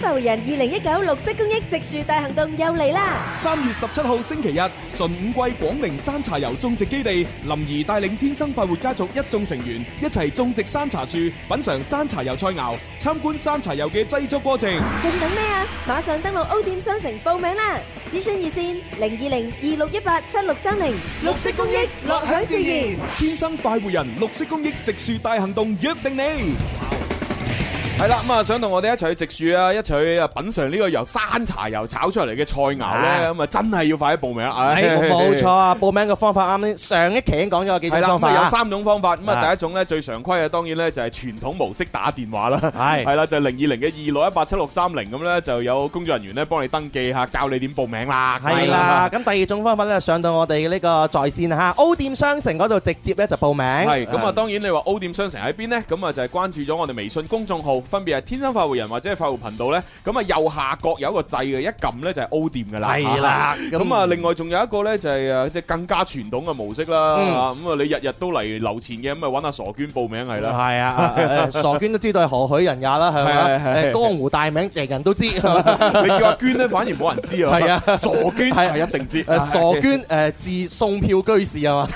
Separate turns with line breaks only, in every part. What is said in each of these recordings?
路人二零一九綠色公益植樹大行動又嚟啦！
三月十七號星期日，純五季廣寧山茶油種植基地，林兒帶領天生快活家族一眾成員一齊種植山茶樹，品嚐山茶油菜肴，參觀山茶油嘅製作過程。
仲等咩啊？馬上登錄 O 店商城報名啦！諮詢熱線零二零二六一八七六三零，綠色公益，樂享自然。
天生快活人綠色公益植樹大行動約定你。系啦，咁啊，想同我哋一齊去植樹啊，一齊去啊品嚐呢個由山茶油炒出嚟嘅菜肴咧，咁啊真係要快啲報名啦！唉
冇錯啊！報名嘅方法啱先，上一期已經講咗有幾
係
種
啦，咁
方法
啊
啊
有三種方法，咁啊
啊
第一種咧最常規嘅當然咧就係傳統模式打電話啦，
係
係啦就零二零嘅二六一八七六三零咁咧就有工作人員咧幫你登記下，教你點報名啦，
係啦，，咁第二種方法咧，上到我哋呢個在線啊嚇 O 店商城嗰度直接咧就報名。
係咁啊當然你話 O 店商城喺邊呢？咁啊就係關注咗我哋微信公眾號，分別係天生快活人或者係快活頻道咧，咁啊右下角有一個掣嘅，一撳咧就係 O 店噶啦，
係啦，
啊咁啊，另外仲有一個呢，就係啊誒，即係更加傳統嘅模式啦。
嗯
啊咁啊，你日日都嚟留錢嘅，咁咪揾阿傻娟報名係
係
啦。
啊，誒傻娟都知道係何許人也啦，係咪？
係啊係係
誒江湖大名人人都知。
你叫阿娟呢，反而冇人知啊。
係啊
傻娟
係啊
係一定知。
誒傻娟誒自送票居士係嘛？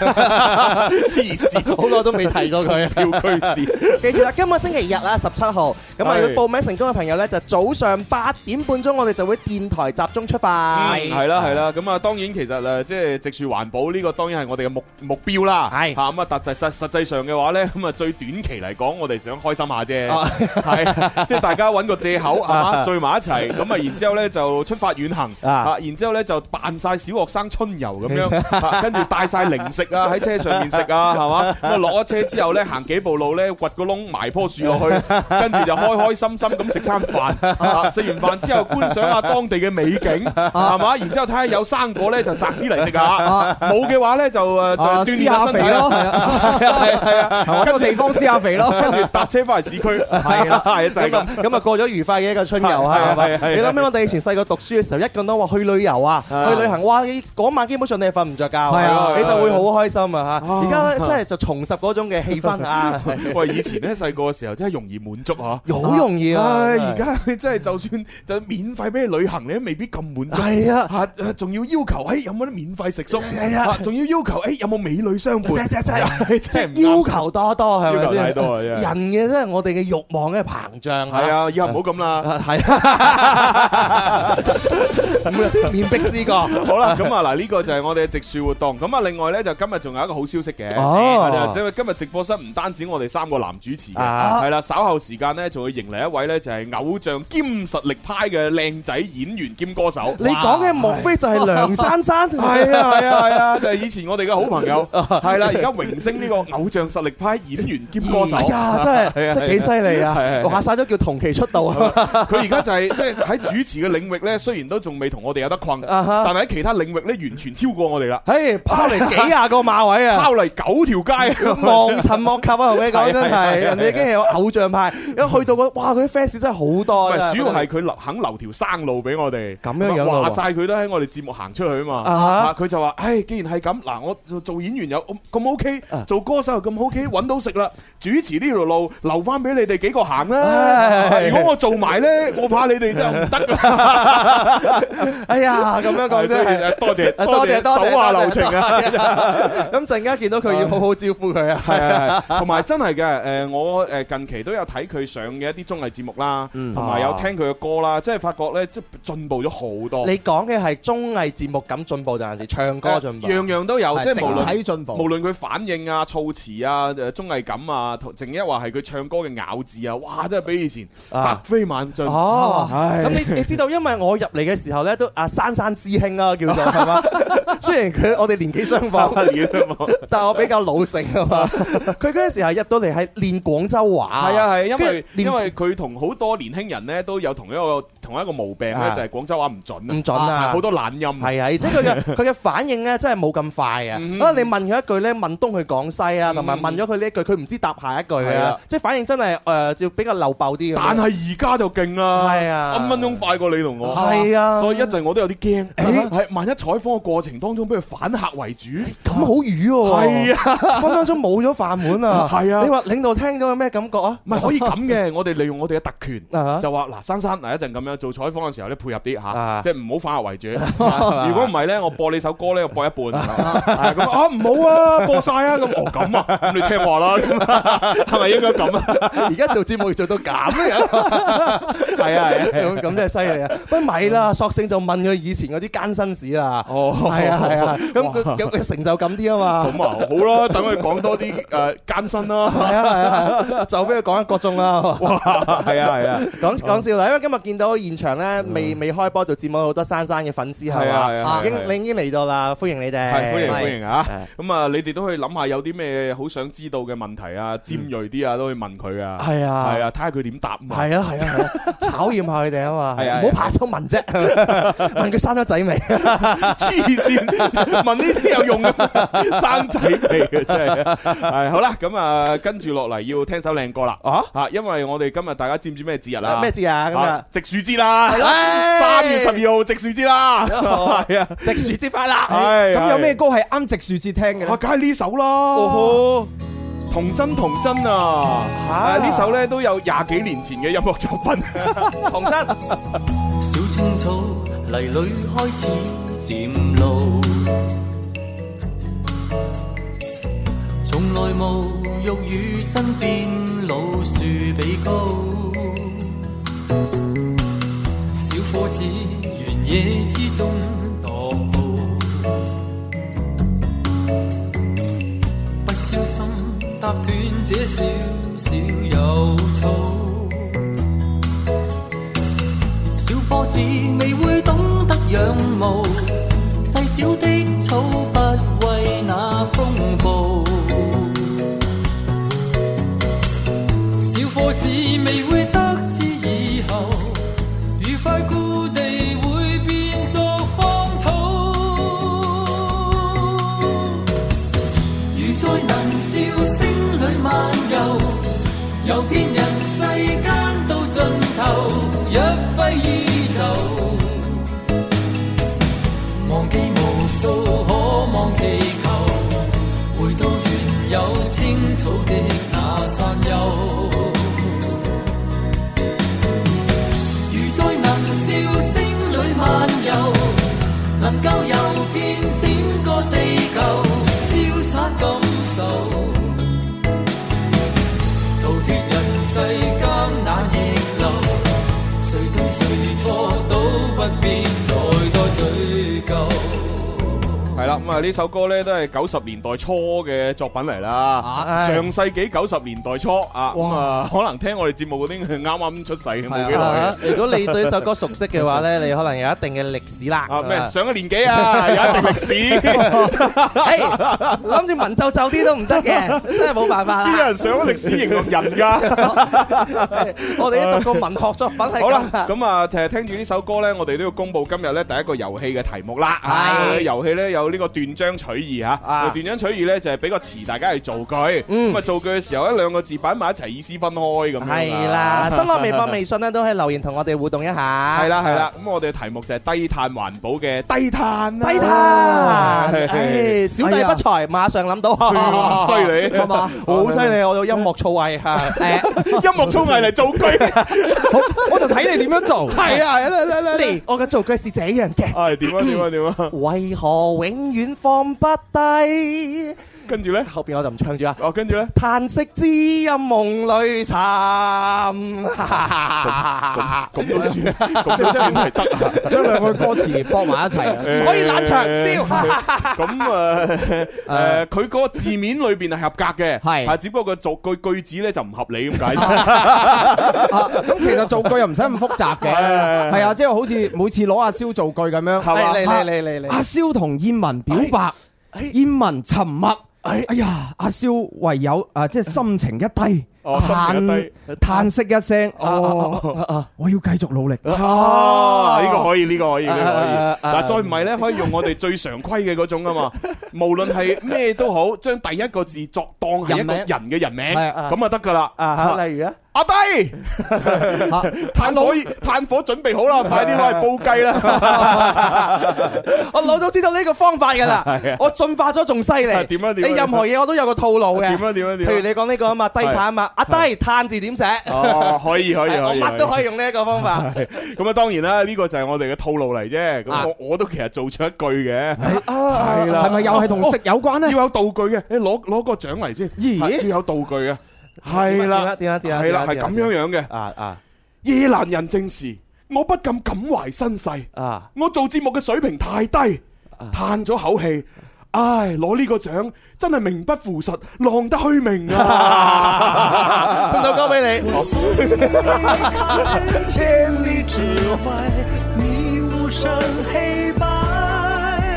黐線，
好耐都未提過佢。
票居士。
記住啦，今個星期日啦，十七號，咁啊，要
係
報名成功嘅朋友咧，就早上八點半鐘，我哋就會電台集中出發。
嗯係啦係啦，咁啊當然其實誒即係植樹環保呢個當然係我哋嘅目目標啦。
係
嚇咁啊，但實實實際上嘅話咧，咁啊最短期嚟講，我哋想開心下啫，
啊
係即係大家揾個藉口啊
啊
聚埋一齊，咁啊然之後咧就出發遠行
啊
啊，然之後咧就扮晒小學生春遊咁樣，啊跟住帶晒零食啊喺車上面食啊，係嘛？咁啊落咗車之後咧，行幾步路咧，掘個窿埋棵樹落去，跟住就開開心心咁食餐飯，啊食完飯之後觀賞下當地嘅美景，係嘛？然之後睇下有生果咧就摘啲嚟食下，冇嘅話咧就誒
啊，
鍛
施
鍊
下
下身
肥
體
咯，
咯。
係啊，
係係啊，
揾個地方施下肥咯。
跟住搭車翻嚟市區，係啦，係就係
咁啊
咁。，
咁啊過咗愉快嘅一個春遊啊
係係
係
係
咪？
係
你諗起我哋以前細個讀書嘅時候，一個人都話去旅遊啊，
啊
去旅行，哇！你嗰晚基本上你係瞓唔着覺
係啊
啊，你就會好開心啊嚇！
啊
而家咧真係就重拾嗰種嘅氣 氛啊，
喂，以前咧細個嘅時候真係容易滿足嚇。
好容易啊！
唉，而家 你真係就算就免費俾你旅行，你都未必咁滿足。
係啊。
吓，誒仲要要求，哎诶，有冇啲免費食宿？
係啊
嚇仲要要求，诶，有冇美女相伴？
真真
真係唔
真
啱
要求多多係咪
要求
先
太多啦真係
人嘅真係我哋嘅慾望咧膨脹
係啊，以後唔好咁啦。
啊，係啊，咁面壁思過。
好啦，咁啊嗱，呢個就係我哋嘅植樹活動。咁啊，另外呢，就今日仲有一個好消息嘅，
哦
係啦因為今日直播室唔單止我哋三個男主持嘅，
啊
係啦，稍後時間呢，仲會迎嚟一位呢，就係偶像兼實力派嘅靚仔演員兼歌手。
你講嘅莫非就係梁珊珊？
係啊係啊係啊，就係以前我哋嘅好朋 友，係啦，而家榮升呢個偶像實力派演員兼歌手。
哎呀，真
係啊
係真係幾犀利
係啊係啊
啊！話晒都叫同期出道 啊！
佢而家就係即係喺主持嘅領域咧，雖然都仲未同我哋有得困，
啊哈
但係喺其他領域咧完全超過我哋啦，
唉，拋嚟幾廿個 馬位啊！
拋嚟九條街。
望塵莫及啊！同你講 真
係啊係啊係啊
係，人哋已經係有偶像派，一去到個哇，佢啲 fans 真係好
唔
多啊。
係主要係佢留肯留條生路俾我哋，
咁樣樣咯喎
話晒佢都喺我哋節目行出去啊嘛。
啊哈
啊佢就話：，唉，既然係咁，嗱，我做做演員又咁 OK，
啊
做歌手又咁 OK，揾到食啦。主持呢條路留翻俾你哋幾個行啦。
唉
如果我做埋咧，我怕你哋真係唔得啊。
哎呀， 咁樣講
所以
真 係。
多謝
啊多謝多謝，
手下留情啊！
啊！咁陣間見到佢要好好招呼佢啊！
係係係，同埋真係嘅，誒我誒近期都有睇佢上嘅一啲綜藝節目啦，
嗯
同埋
啊
有聽佢嘅歌啦，即係發覺咧，即係進步咗好多，
你講嘅係綜藝節目咁進步定還是唱歌進步？
樣樣都
哦
有，即係無
哎整
論。
體進步
無。論佢反應啊、措辭啊、誒綜藝感啊，同正一話係佢唱歌嘅咬字啊，哇！真係比以前突
啊
飛猛進。
哦，
唉
咁你你知道，因為我入嚟嘅時候咧，都阿珊珊師兄啦， 叫做係嘛？雖然佢我哋年紀相仿，但係我比較老成啊 嘛。佢嗰陣時候入到嚟係練廣州話，
係啊係，因為
跟住
因為佢同好多年輕人咧都有同一個同一個毛病咧，
啊
就係廣州話唔準啊
唔準啊，
好多懶音。
係啊，而且 佢嘅佢嘅反應咧真係冇咁快啊！
嗯
可能你問佢一句咧，問東佢講西啊，同埋
嗯
問咗佢呢一句，佢唔知答下一句
係
啊
啊，
即係反應真係誒，要比較漏爆啲咁樣。
但係而家就勁啦，
係啊
分分鐘快過你同我，
係啊
所以一陣我都有啲驚，
誒
係萬一採訪嘅過程當中俾佢反客為主，
咁好魚喎，
係
啊，分分鐘冇咗飯碗啊！
係啊
你話領導聽咗有咩感覺啊？
唔係可以咁嘅， 係我哋利用我哋嘅特權。
啊
就話嗱，珊珊嗱一陣咁樣做採訪嘅時候咧，配合啲
啊
嚇，即係唔好化為 主。啊如果唔係咧，我播你首歌咧，我播一半。係咁啊，唔好啊，播晒啊，咁哦咁啊，咁你聽話啦， 咁係咪應該咁啊？
而家做節目要做到 咁樣，
係啊，係啊。
咁咁真係犀利啊！不過咪啦，索性就問佢以前嗰啲艱辛史 啦。
哦
係啊係啊，咁
哇
佢有有成就感啲啊嘛。
咁啊， 好啦，等佢講多 啲誒艱辛啦。
係啊係啊，就俾佢講一個鐘啦。
哇，係啊，係啊。
講講笑啦，因為今日見到現場咧，未未開波做節目，好多珊珊嘅粉絲係
係啊係
嘛，
啊
已經
係啊
你已經嚟到啦，歡迎你哋，
係歡迎
係
歡迎啊！
係
咁啊，你哋都可以諗下有啲咩好想知道嘅問題啊，尖鋭啲啊，都可以問佢啊。
係啊
係啊，睇下佢點答啊嘛。
係啊係啊係啊，考驗下佢哋啊
係啊
嘛，唔好怕醜 問啫，問佢生咗仔未？
黐線，問呢啲有 用嘅，生仔嚟嘅真係。係好啦，咁啊，跟住落嚟要聽首靚歌啦。
啊
啊，因為我哋今日大家知唔知咩節日啊？
咩字啊咁啊
啊？？植樹節啦，
唉
三月十二號植樹節啦，係 啊，
植樹節快啦！
係
咁有咩
係
歌係啱植樹節聽 嘅
啊，
咧？
梗係呢首啦。
哦
童真童真啊！
嚇
啊呢首咧都有廿幾年前嘅音樂作品。
吼，童真，
小清早泥裏開始漸露，從來無欲與身邊老樹比高。小伙子原野之中踱步，不小心踏斷這小小幼草。小伙子未會懂得仰慕，細小的草不為那風暴。小伙子未會得知以後，愉快故地會變作荒土。如在能笑聲裏漫遊，遊遍人世間到盡頭，一揮衣袖，忘記無數可望祈求，回到原有青草的那山丘。如在能笑聲裏漫遊。能夠遊遍整個地球，瀟灑感受，逃脱人世間那逆流，誰對誰錯都不必再多追究。
係啦，咁啊呢首歌咧都係九十年代初嘅作品嚟啦，
唉
上世紀九十年代初啊，咁啊可能聽我哋節目嗰啲係啱啱出世嘅冇幾耐
啊
嘅。
如果你對呢首歌熟悉嘅話咧，你可能有一定嘅歷史啦。
啊咩上咗年紀啊，有一定歷 史，
哎諗住文縐縐啲都唔得嘅，真係冇辦法
邊有
啦。
人上咗歷史形容人㗎？Dạ.
我哋都讀過文學作品係
好啦，
咁
咁啊誒聽住呢首歌咧，我哋都要公佈今日咧第一個遊戲嘅題目啦。啊遊戲咧有呢個斷章取義
啊
嚇，斷章取義咧就係俾個詞大家去造句，咁啊造句嘅時候咧兩個字擺埋一齊，意思分開咁樣㗎。
係啦，
Ờ.
新浪微博、微信咧都可以留言同我哋互動一下。
系啦系啦，咁我哋嘅題目就係低碳環保嘅低碳啦
低碳，
係
唉，小弟不才，馬上諗到，
咁犀利
係嘛？好犀利，我有音樂造詣嚇，誒，
音樂綜藝嚟造句，
我就睇你點樣做。
係啊，嚟嚟 嚟嚟，
嚟，我嘅造句是這樣嘅，
係點啊點啊點啊，
為何永遠放不低？
跟住咧，
後邊我就唔唱住啊。
哦跟住咧，
嘆息之音夢裏沉，
咁咁都算，咁都算係得啊，
將兩個歌詞駁埋一 齊啊
誒
可以冷場笑。
咁 啊誒，佢嗰個字面裏邊係合格嘅，
係
啊，只不過佢造句句子咧就唔合理 咁解，
啊！咁其實造句又唔使咁複雜嘅，
係
係啊，即係好似每次攞阿蕭造句咁樣，啊
係嘛
嚟嚟嚟嚟嚟
阿蕭同燕文表白，
哎
燕文沉默。哎呀，阿蕭唯有啊，即係心情一低，
哦心情一低
嘆息一聲，
啊
哦，
啊
我要繼續努力。
哦，呢個可以，呢個可以，呢個可
啊
以。
啊啊
嗱，再唔係咧，可以用我哋最常規嘅嗰種啊 嘛。無論係咩都好，將第一個字作當係一個人
人
嘅人名，
係啊
咁啊得噶啦。
啊，例如啊，
阿 低，
啊
炭火炭火準備好啦，快啲攞嚟煲雞
啊
啦。
我老早知道呢個方法㗎啦
係啊，
我進化咗仲犀利。
係點啊點啊
你任何嘢我都有個套路嘅。
點啊點啊點啊
譬如你講呢個啊嘛，低碳啊嘛，阿低嘆字點寫？
哦，可以可以可
我
以，
乜都可以用呢一個方法。
咁啊，當然啦，呢個就係我哋嘅套路嚟啫。
啊
咁我我都其實做咗一句嘅，
係
係咪又係同食有關
哦要
呢？
有道具嘅，你攞攞個獎嚟先。
咦
係要有道具嘅，係啦，
點啊點啊點啊
係啦，
點啊
係
點啊
咁樣樣嘅。
啊啊
夜難人正時，我不禁感懷身世。
啊！
我做節目嘅水平太低，嘆咗口氣。唉，攞呢個獎真係名不符實，浪得虛名 啊！
送首歌俾你。
千里之外，你俗称黑白。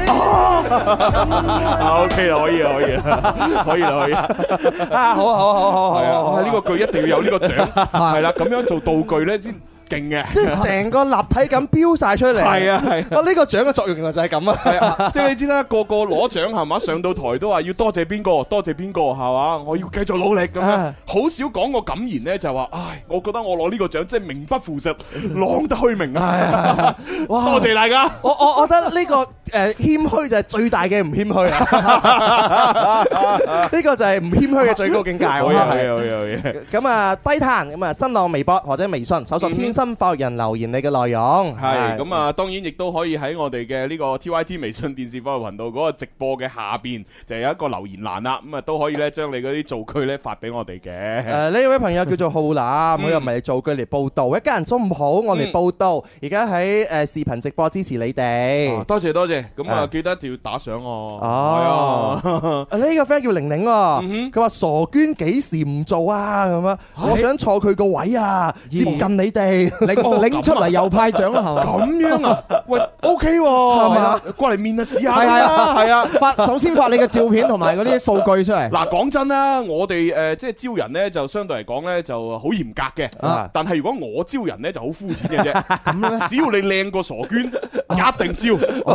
啊，OK 啦，可以啦，可 以啦，可以啦，可以啦。
啊，好好好好
係
好
啊，
好，
啊呢個句一定要有呢個 獎，係啦，咁樣做道具咧先勁嘅。
即係成個立體感飆晒出嚟。哦
係啊係啊
哇呢個獎嘅作用原來就係咁啊！
係啊， 即係你知啦，個個攞獎係嘛，上到台都話要多謝邊個，多謝邊個係嘛，我要繼續努力咁樣
啊，
好少講個感言咧，就話唉，我覺得我攞呢個獎真係名不符 實，浪得虛名啊！
哇
多謝大家。
我我我覺得呢個誒謙虛就係最大嘅唔謙虛 啊！呢個就係唔謙虛嘅最高境界。
好啊嘢，
我覺得
好
係
嘢，好嘢，好嘢。
咁啊，低碳咁啊，新浪微博或者微信搜索
嗯
「天生發育人」留言你嘅內容。
係咁啊，當然亦都可以喺我哋嘅呢個 TYT 微信電視科頻道嗰個直播嘅下邊，就有一個留言欄啦。咁啊，都可以咧將你嗰啲造句咧發俾我哋
誒
嘅。
呢位朋友叫做浩南，
嗯
佢又唔係嚟造句嚟報道，一家人中午好，我嚟報道，而家喺誒視頻直播支持你哋
啊。多謝多謝，咁啊
啊
記得一定要打賞我。
哦
係 啊。
啊呢個 friend 叫玲玲喎，
嗯
佢話傻娟幾時唔做啊？咁啊，我想坐佢個位啊，接近 你哋。
拎
哦啊
拎出嚟又派獎啦，係嘛？
咁樣啊？喂，OK 喎，
係咪啊？
過嚟面啊，試下
係
先啦，
啊
係啊。
發首先發你嘅照片同埋嗰啲數據出嚟。
嗱，講真啦，我哋誒即係招人咧，就相對嚟講咧就好嚴格嘅
啊。
但係如果我招人咧，就好膚淺嘅啫。只要你靚過傻娟，一定招，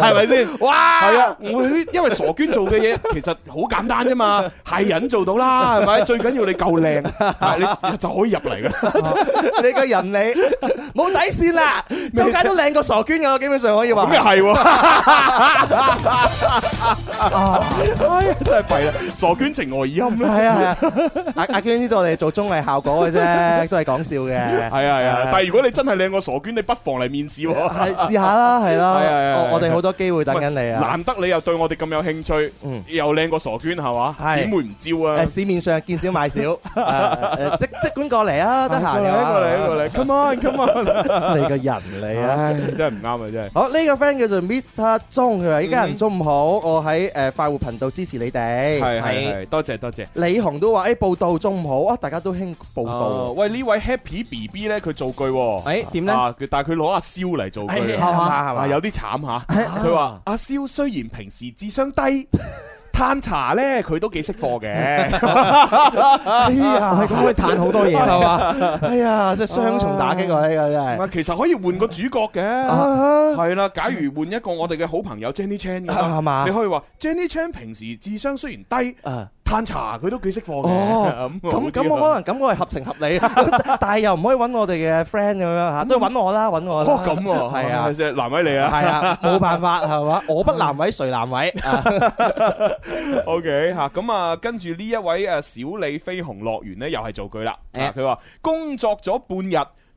係咪先？
哇！
係啊，我呢因為傻娟做嘅嘢 其實好簡單啫嘛，係人做到啦，係咪？最緊要你夠靚，係你就可以入嚟㗎。
你個人你冇底線啦，周街都靚過傻娟噶，基本上可以
咁又
話。
係 喎，哎呀真係弊啦！傻娟情何以堪咧？
哦係啊係啊，阿阿娟知道我哋做綜藝效 果嘅啫，都係講笑嘅。
係啊係啊，但係如果你真係靚過傻娟，你不妨嚟面試 喎。
係試下啦，係啦，
係係係
我我哋好多機哎會等緊你啊！
難得你又對我哋咁有興趣，
嗯
又靚過傻娟係嘛？
係哎
點會唔招啊？
誒市面上見少 買少，誒誒即即管過嚟啊！哎得閒
過嚟
嘅話
過嚟過嚟，come on come on！
你個人嚟啊！
唉，真係唔啱啊真係。
好呢個 friend 叫做 Mr. 鐘，佢話依家人中午好，我喺誒快活頻道支持你
係
哋。
係係，多謝多謝。
李紅都話誒報道中午好啊，哎大家都興
哦
報道。
喂，呢位 Happy B B 咧，佢造句喎。
誒哎點咧？
啊，佢但係佢攞阿蕭嚟造
哎
句
係
啊。
嘛係
啊，
嘛？
有啲慘嚇。佢話：阿蕭雖然平時智商 低，攤茶咧佢都幾識貨 嘅。
哎呀，
哦咁可以嘆好多嘢
啊
係嘛？
哎呀，真係雙重打擊我呢個真
唔
係。
係啊其實可以換個主角嘅。
啊
係啦，假如換一個我哋嘅好朋友 Jenny Chan 咁
啊
啊
係嘛
你可以話 Jenny Chan 平時智商雖然低，
啊
攤茶佢都幾識貨嘅。
哦，咁咁我可能感覺係合情合理， 但係又唔可以揾我哋嘅 friend 咁樣嚇，都係揾我啦，揾我啦。
哦咁喎，
係啊，
即係難為你啊。
係啊，冇辦法 係嘛，我不難為誰難為啊？
O K 吓，咁啊，跟住呢一位誒小李飛鴻樂園呢，又係造句啦。
誒
啊佢話工作咗半日，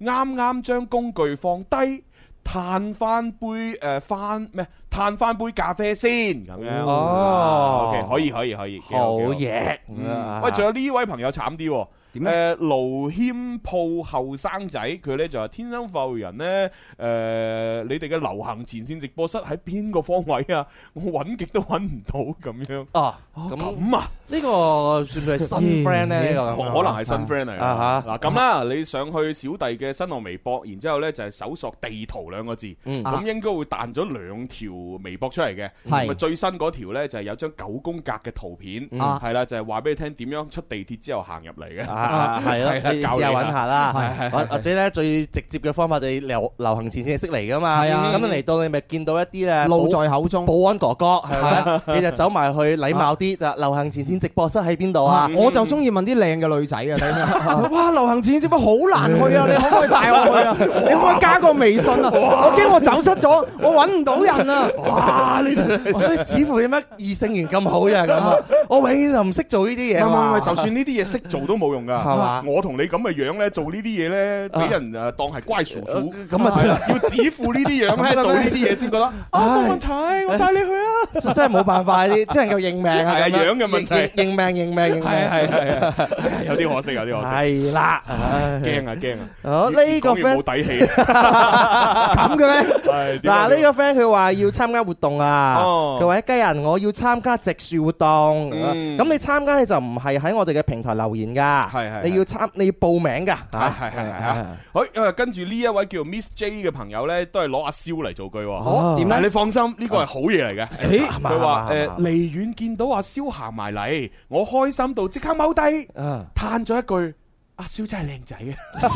啱啱將工具放低，嘆翻杯誒翻咩？嘆翻杯咖啡先咁樣。
哦
，O K，可以可以可以，幾
好
幾
嘢啊
嗯喂，仲有呢位朋友慘啲喎。
點咧？
誒盧軒鋪後生仔，佢呢就話天生浮人呢，誒、呃你哋嘅流行前線直播室喺邊個方位啊？我揾極都揾唔到咁樣。
哦，咁
咁啊，
呢個算唔算係新 friend 咧？呢
可
個
可能係新 friend 嚟㗎
啊
嗱咁啦，你上去小弟嘅新浪微博，然之後呢就係搜索地圖兩個字，
嗯
咁應該會彈咗兩條微博出嚟嘅。
係
咁啊最新嗰條呢就係有張九宮格嘅圖片，
嗯
係啦，就係話俾你聽點樣出地鐵之後行入嚟嘅。
啊，係咯，
係啦
你
教
試
你
下
啊
揾下啦，
係
或或者咧最直接嘅方法，你流流行前線係識嚟噶嘛，
係啊
咁你嚟到你咪見到一啲誒
路在口中。
保安哥哥係咪？你就走埋去禮貌啲，就流行前線直播室喺邊度啊？
我就中意問啲靚嘅女仔嘅，睇下哇！流行前線不好難去啊，你 可唔可以帶我去啊？你可唔可以加個微信啊？我驚我走失咗，我揾唔到人啊！
哇！呢 度所以似乎點解異性緣咁好嘅咁 啊？我永遠就唔識做呢啲
唔係
嘢
唔
嘛
係，就算呢啲嘢識做都冇用噶，
係嘛啊
我同你咁嘅樣咧，做呢啲嘢咧，俾人誒當係乖叔叔。
咁啊啊
係啦， 要指付呢啲 樣咧，做呢啲嘢先覺得啊
唉
冇問題，我帶你去啊。
真真係冇辦法，呢啲只能夠認命啊！
係啊
咁樣
樣嘅問題
認認認命認命認
係
命。
係係係，有啲可惜，有啲可惜。
係啦，唉
驚啊驚啊！
好
越
呢個
講越
friend
冇底氣。
咁嘅咩？
係點啊
嗱，呢個 friend 佢話要參加活動啊，
哦
佢話一家人我要參加植樹活動，
嗯
咁你參加你就唔係喺我哋嘅平台留言噶，
係係係
你要參你要報名噶，嚇
係係係係啊！好，因為跟住呢一位叫 Miss J 嘅朋友咧，都係攞阿蕭嚟做句
哦
喎。
點咧
但係你放心，呢個係好嘢嚟嘅。
啱
佢話
啊
誒
啱啊
離遠見到阿蕭行埋嚟，我開心到即刻踎低，
啊
嘆咗一句：阿蕭真係靚仔嘅。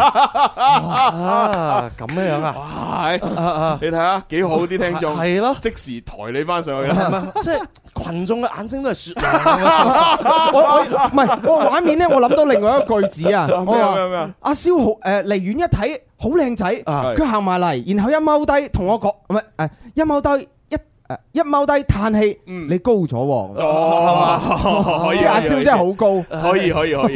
啊咁 樣啊，
哇！哎
啊啊
你睇下幾好啲聽眾，
係咯。
即時抬你翻上去
係
啦。
嘛即係群眾嘅眼睛都係雪亮啊 㗎
我我唔係個畫面咧，我諗到另外一個句子啊，我
咩啊咩
話
啊咩啊？
阿蕭好誒離遠一睇好靚仔，
啊
佢行埋嚟，然後一踎低同我講，唔係誒一踎低一誒一踎低嘆氣，
嗯
你高咗喎，
哦，可以
即係阿蕭真係好高。
好，可以可以可以。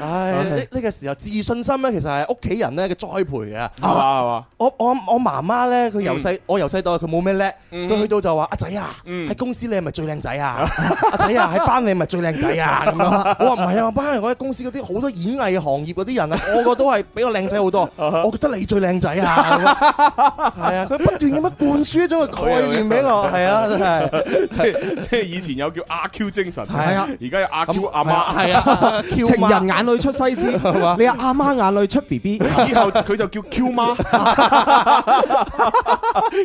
唉，呢呢個時候自信心咧，其實係屋企人咧嘅栽培啊嘅。
係嘛係嘛，
我我我媽媽咧，佢由細我由細到大佢冇咩叻，
嗯
佢去到就話：阿仔啊，
嗯
喺公司你係咪最靚仔 啊？阿仔啊，喺班你係咪最靚仔啊？咁樣我話唔係啊，班我喺公司嗰啲好多演藝行業嗰啲人啊，個個都係比我靚仔 好多，我覺得你最靚仔啊！咁樣係啊，佢不斷咁樣灌輸一種嘅概念俾 我，係啊，真係
即係即係以前有叫阿 Q 精神，
係啊
而家有阿 Q 阿媽。
係啊， 情
情人眼裏出 西施，你阿阿媽眼裏出 B B，
以後佢就叫 Q 媽，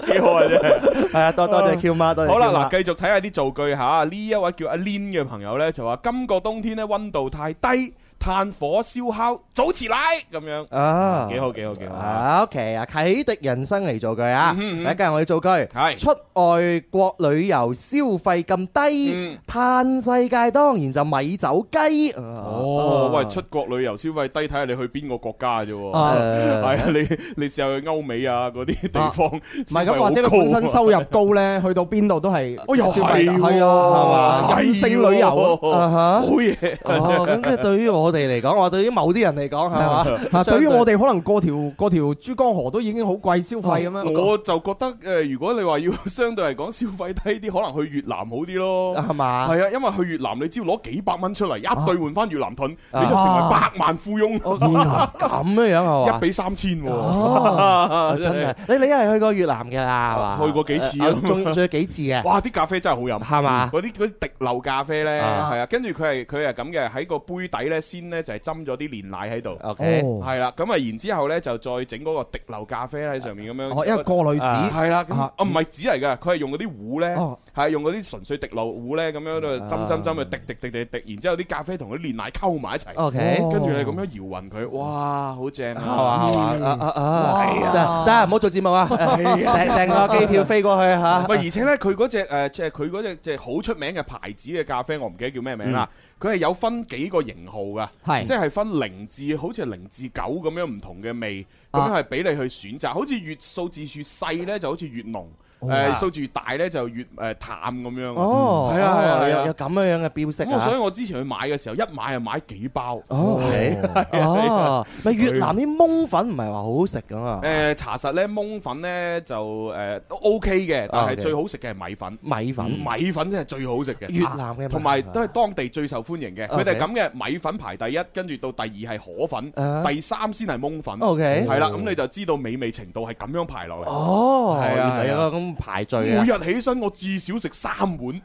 幾好啊！真係。
係啊，多多謝 Q 媽，多謝
好
Q 媽
啦，嗱，繼續睇下啲造句嚇。呢一位叫阿 Lin 嘅朋友咧，就話今個冬天咧温度太低，炭火燒烤早遲奶咁樣，
啊，
幾好幾好幾好。
啊，OK 啊，啟迪人生嚟造句啊！
嗯嗯嗯
第一間我要造句，
係
出外國旅遊消費咁低
嗯，
嘆世界當然就米走雞。
哦，喂，出國旅遊消費低，睇下你去邊個國家啫喎。
啊
係
誒
啊，你你試下去歐美啊嗰啲地方，唔
唔係咁，或者佢
啊
本身收入高咧，去到邊度都 係
哦又係
消費
喎
係啊，係嘛，
係
任性旅遊啊
喎
啊哈
好嘢。
哦，咁即係對於我哋嚟講，我對於某啲人嚟講
哎
係嘛？
啊，對於
相
我哋可能過條過條珠江河都已經好貴消費咁樣。
我就覺得誒、呃如果你話要相對嚟講消費低啲，可能去越南好啲咯。
係嘛？
係啊，因為去越南你只要攞幾百蚊出嚟一兌換翻越南盾，
啊
你就成為百萬富翁，
越南 咁樣係嘛
一？比三千 喎。
哦，啊真係
啊係
你你係去過越南㗎啦，係嘛？
去過幾次啊
誒仲仲有幾次 嘅？
哇！啲咖啡真係好飲，
係嘛
嗰啲嗰啲滴漏咖啡咧，
啊
係啊，跟住佢係佢係咁嘅，喺個杯底咧先咧就係斟咗啲煉奶喺度，
OK，
哦
係啦，咁啊然之後咧就再整嗰個滴漏咖啡喺上面咁樣。
哦，因為過濾
啊
紙
係啦，咁
啊
啊唔係紙嚟㗎，佢係用嗰啲壺咧
哦，
係用嗰啲純粹滴漏壺咧，咁樣度
嗯
針針針，滴滴滴滴滴，然之後啲咖啡同佢煉奶溝埋一齊，
OK。
跟住你咁樣搖勻佢，哇，好正
係嘛
啊！
係嘛啊啊啊！得得，唔好做節目啊！
哎
訂訂個機票飛過去
唔
嚇。
係，而且咧，佢嗰只誒，即係佢嗰只即係好出名嘅牌子嘅咖啡，我唔記得叫咩名啦。
嗯
佢係有分幾個型號㗎，
係
即係分零至好似係零至九咁樣唔同嘅味，咁
啊
樣係俾你去選擇。好似越數字越細咧，就好似越濃；
啊
誒數字越大咧，就越誒淡咁樣。
哦，
係啊係啊
哦
係啊
有有咁樣樣嘅標識
咁我所以
啊！
我之前去買嘅時候，一買就買幾包。
哦，係哦，咪越南啲檬粉唔係話好好食噶嘛
誒、？查實咧，檬粉咧就誒、都 OK 嘅，但
啊，OK
係最好食嘅係米粉，
米粉，
米粉真係最好食嘅。
嗯越南嘅啊
同埋都係當地最受歡迎嘅，佢
OK
哋係咁嘅米粉排第一，跟住到第二係河粉，
啊
第三先係檬粉，
OK
係啦，咁你就知道美味程度係咁樣排落嚟。
哦，
係啊
原來
係
有
啊
個咁排序
每
啊！
日起身我至少食三碗，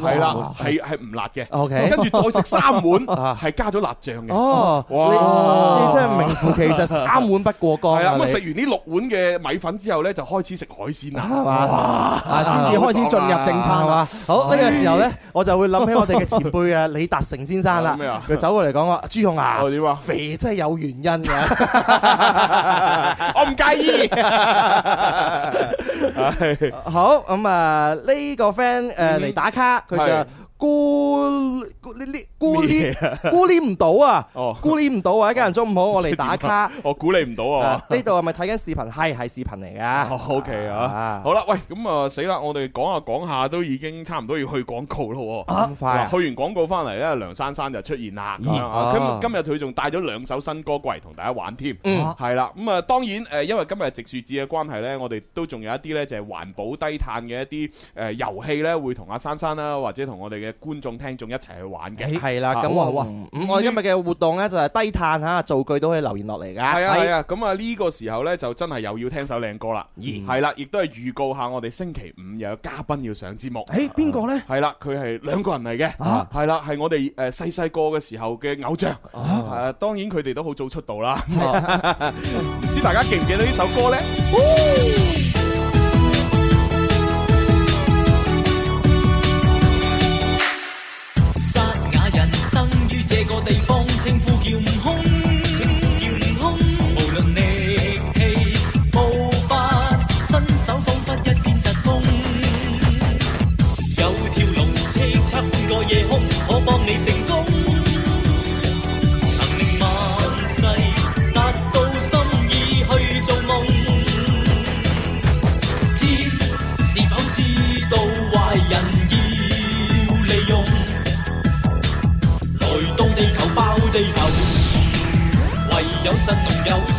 係啦，係係唔辣嘅
OK
跟住再食三碗
啊
係加咗辣醬嘅。
哦，
哇
你你真係名副其實，三碗不過江
係啦，
啊！
咁啊
你
食完呢六碗嘅米粉之後呢，就開始食海鮮啦。
係嘛？
啊，先至開始進入正餐
係嘛
啊。？
好呢個時候咧，我就會諗起我哋嘅前輩啊，李達成先生 啦
啊咩啊，
佢走過嚟講話：朱紅啊
哦，點 啊？
肥真係有原因嘅。
我唔介 意。
好咁啊，呢個 friend 誒嚟打卡，佢
嗯係
就估估呢呢估呢
咩啊
估呢唔到啊
哦，
估呢唔到啊！一家人中午好， 我嚟打卡。
我估你唔到啊
啊！呢度係咪睇緊視頻？係係視頻嚟 㗎。
哦，OK 啊，好啦，喂，咁啊死啦！我哋講下講下都已經差唔多要去廣告咯喎。
咁快
嗱
啊！
去完廣告翻嚟咧，梁珊珊就出現啦。咁樣啊
啊
今今日佢仲帶咗兩首新歌過嚟同大家玩添。
嗯
係啦，咁啊當然誒，因為今日係植樹節嘅關係咧，我哋都仲有一啲咧就係環保低碳嘅一啲誒遊戲咧，會同阿珊珊啦，或者同我哋嘅觀眾聽眾一齊去玩嘅。
係啦，
啊
咁
哇
我
哇
咁我哋今日嘅活動咧就係低碳嚇，造句都可以留言落嚟㗎。
係啊係啊，咁啊呢個時候呢，就真係又要聽首靚歌啦，係啦，亦都係預告下我哋星期五又有嘉賓要上節目。
誒邊個咧？
係啦，佢係兩個人嚟嘅，
啊
係啦，係我哋誒細細個嘅時候嘅偶像，誒當然佢哋都好早出道 啦。唔知大家記唔記得呢首歌呢？
沙雅人生於這個地方，稱呼叫悟空，稱呼叫悟空。無論力氣、步伐、身手，彷彿一片疾風。有條龍叱咤半個夜空，可幫你成功。能令萬世達到心意去做夢。天是否知道壞人要利用？來到地球爆地球，唯有神農有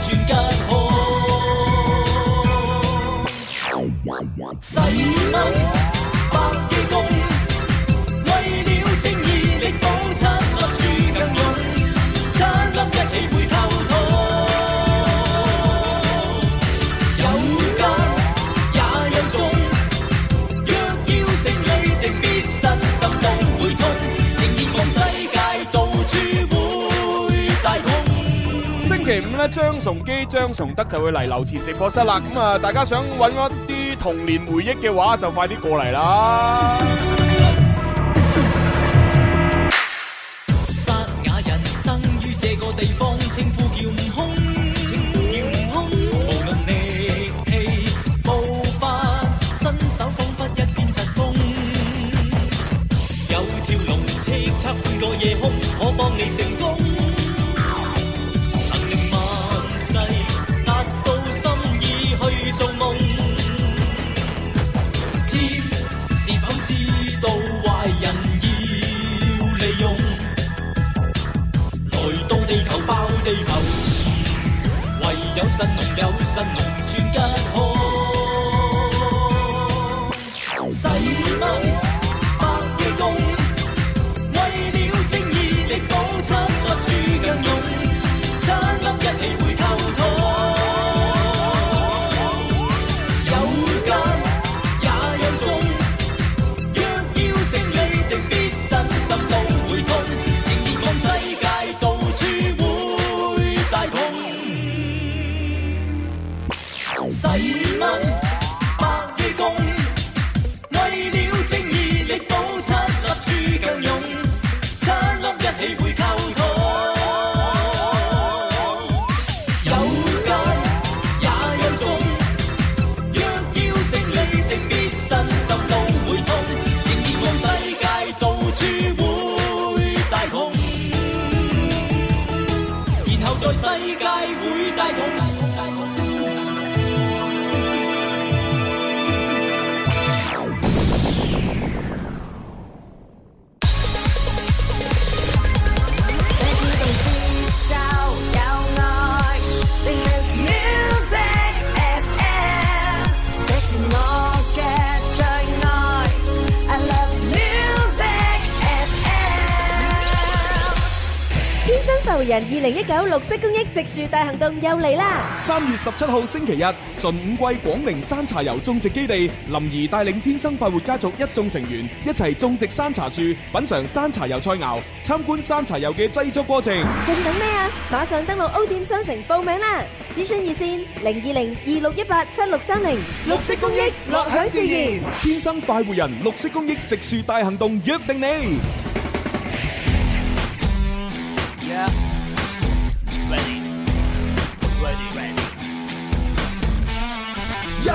專吉看。細蚊百幾公，為了正義力保七粒珠更勇，七粒一起會頭痛。有間也有種，若要勝利定必身心都會痛，仍然望世界到處會大同。
星期五呢，張崇基、張崇德就會嚟樓前直播室啦。咁啊，大家想揾一啲童年回憶嘅話，就快啲過嚟啦。
沙雅人生於這個地方，稱呼叫悟空，稱呼叫悟空。無論力氣、步伐、身手，彷彿一片疾風。有條龍叱咤半個夜空，可幫你成功。能令萬世達到心意去做夢。天是否知道壞人要利用？來到地球爆地球，唯有神農有神農專吉看。細蚊百幾公，為了正義力保七粒珠更勇，七粒一起會頭痛。有間也有種，若要勝利定必身心都會痛，仍然望世界到處會大同。細蚊百幾公，為了正義力保七粒珠更勇，七粒一起會頭痛。有間也有種。若要勝利，定必身心都會痛，仍然望世界到處會大同，然後在世界會大同。大同
天生浮人二零一九綠色公益植樹大行動又嚟啦！
三月十七號星期日，純五季廣寧山茶油種植基地，林怡帶領天生快活家族一眾成員一齊種植山茶樹，品嚐山茶油菜肴，參觀山茶油嘅製作過程。
仲等咩啊？馬上登錄 O 店商城報名啦！諮詢熱線零二零二六一八七六三零，綠色公益，樂享自然。
天生快活人，綠色公益植樹大行動約定你。
又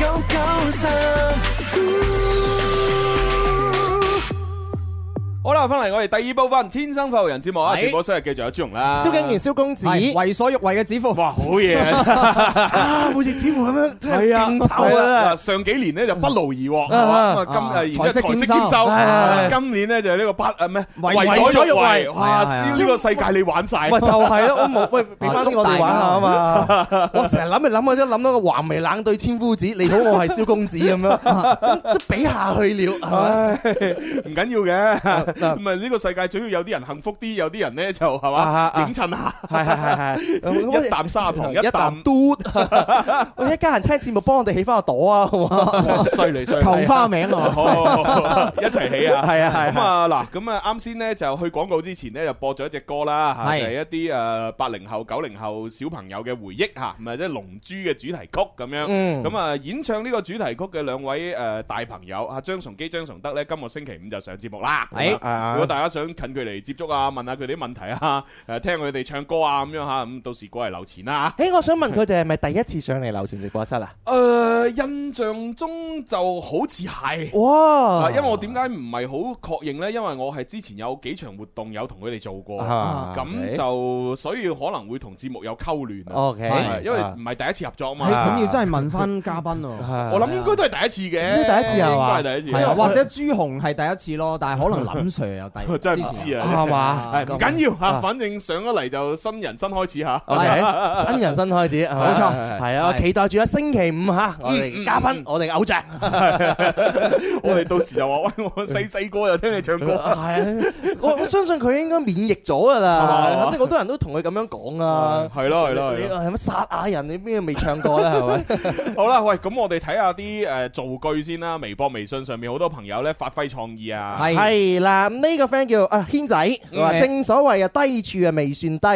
九九三。
好啦，翻嚟我哋第二部分《天生發育人》節目啊，
係
直播室繼續有朱容啦，
蕭敬元、蕭公子，
係為所欲為嘅指父。
哇，好嘢啊！
啊，好似指父咁樣，真係
係啊，
勁醜
係
啊！
啊！上幾年咧就不勞而獲，
啊
係嘛咁啊
啊
今誒然
財色
之後財色
兼
兼
收
係係
收，今年咧就呢個不誒咩
為
為所
所
欲
欲為
為，
係啊
哇！
係啊
燒呢個世界你玩晒
喂，。就係咯，我 冇喂，俾翻啲我哋玩下 啊嘛！我成日諗嚟諗去都諗到個橫眉冷對千夫指，你好，我係蕭公子 咁樣，咁即係比下去了，係咪？
唉， 唔緊要嘅，咁啊呢個世界主要有啲人幸福啲，有啲人咧就係
啊
嘛
啊
頂襯下，
係係係係，
一啖砂糖
一啖
啖，
嘟， 喂，一家人聽節目幫我哋起翻個朵啊，好唔好？
犀利犀利。
求花名
好
啊！
好好 好一齊起啊！
係啊係啊
咁啊嗱，咁啊啱先咧就去廣告之前咧就播咗一隻歌啦，嚇
係
就係一啲誒八零後九零後小朋友嘅回憶嚇，唔係即係《龍珠》嘅主題曲咁樣。
嗯，
咁啊，演唱呢個主題曲嘅兩位誒大朋友啊，張崇基、張崇德咧，今個星期五就上節目啦。
係
哎
咁啊如果大家想近距離接觸啊，問下佢哋啲問題啊，誒聽佢哋唱歌啊咁樣嚇，咁到時過嚟留啊錢啦。
誒，我想問佢哋係咪第一次上嚟流前直播室啊？
誒，呃印象中就好似係。
哇！
啊因為我點解唔係好確認呢？因為我係之前有幾場活動有同佢哋做過，
啊
咁就所以可能會同節目有溝聯啊。
OK，
係因為唔係第一次合作啊
係咁
嘛。
要真係問翻嘉 賓喎。
我諗應該都係第一次嘅，
應該第一次係嘛
應該係第一次。
係啊，
係
或者朱紅係第一次咯，但係可能林 Sir 又第
真係唔知啊
係嘛
係唔緊要嚇，反正上咗嚟就新人新開始
啊
嚇。
，OK，新人新開始，係
冇
咪
錯
係啊，
係
期待住啊，星期五嚇，我哋嘉賓，我哋偶像，
我哋到時就話喂，我細細個就聽你唱
係
歌。
啊，我我相信佢應該免疫咗㗎
係嘛
啦，肯定好多人都同佢咁樣講啊。
係咯係咯
你
係
你
咯，
係乜殺亞人？你邊個未唱過咧？係 咪？
好啦，喂，咁我哋睇下啲誒造句先啦。微博、微信上面好多朋友呢，發揮創意啊。
係
係啦，咁呢個 friend 叫啊軒仔，佢話
嗯
正所謂啊低處啊未算低，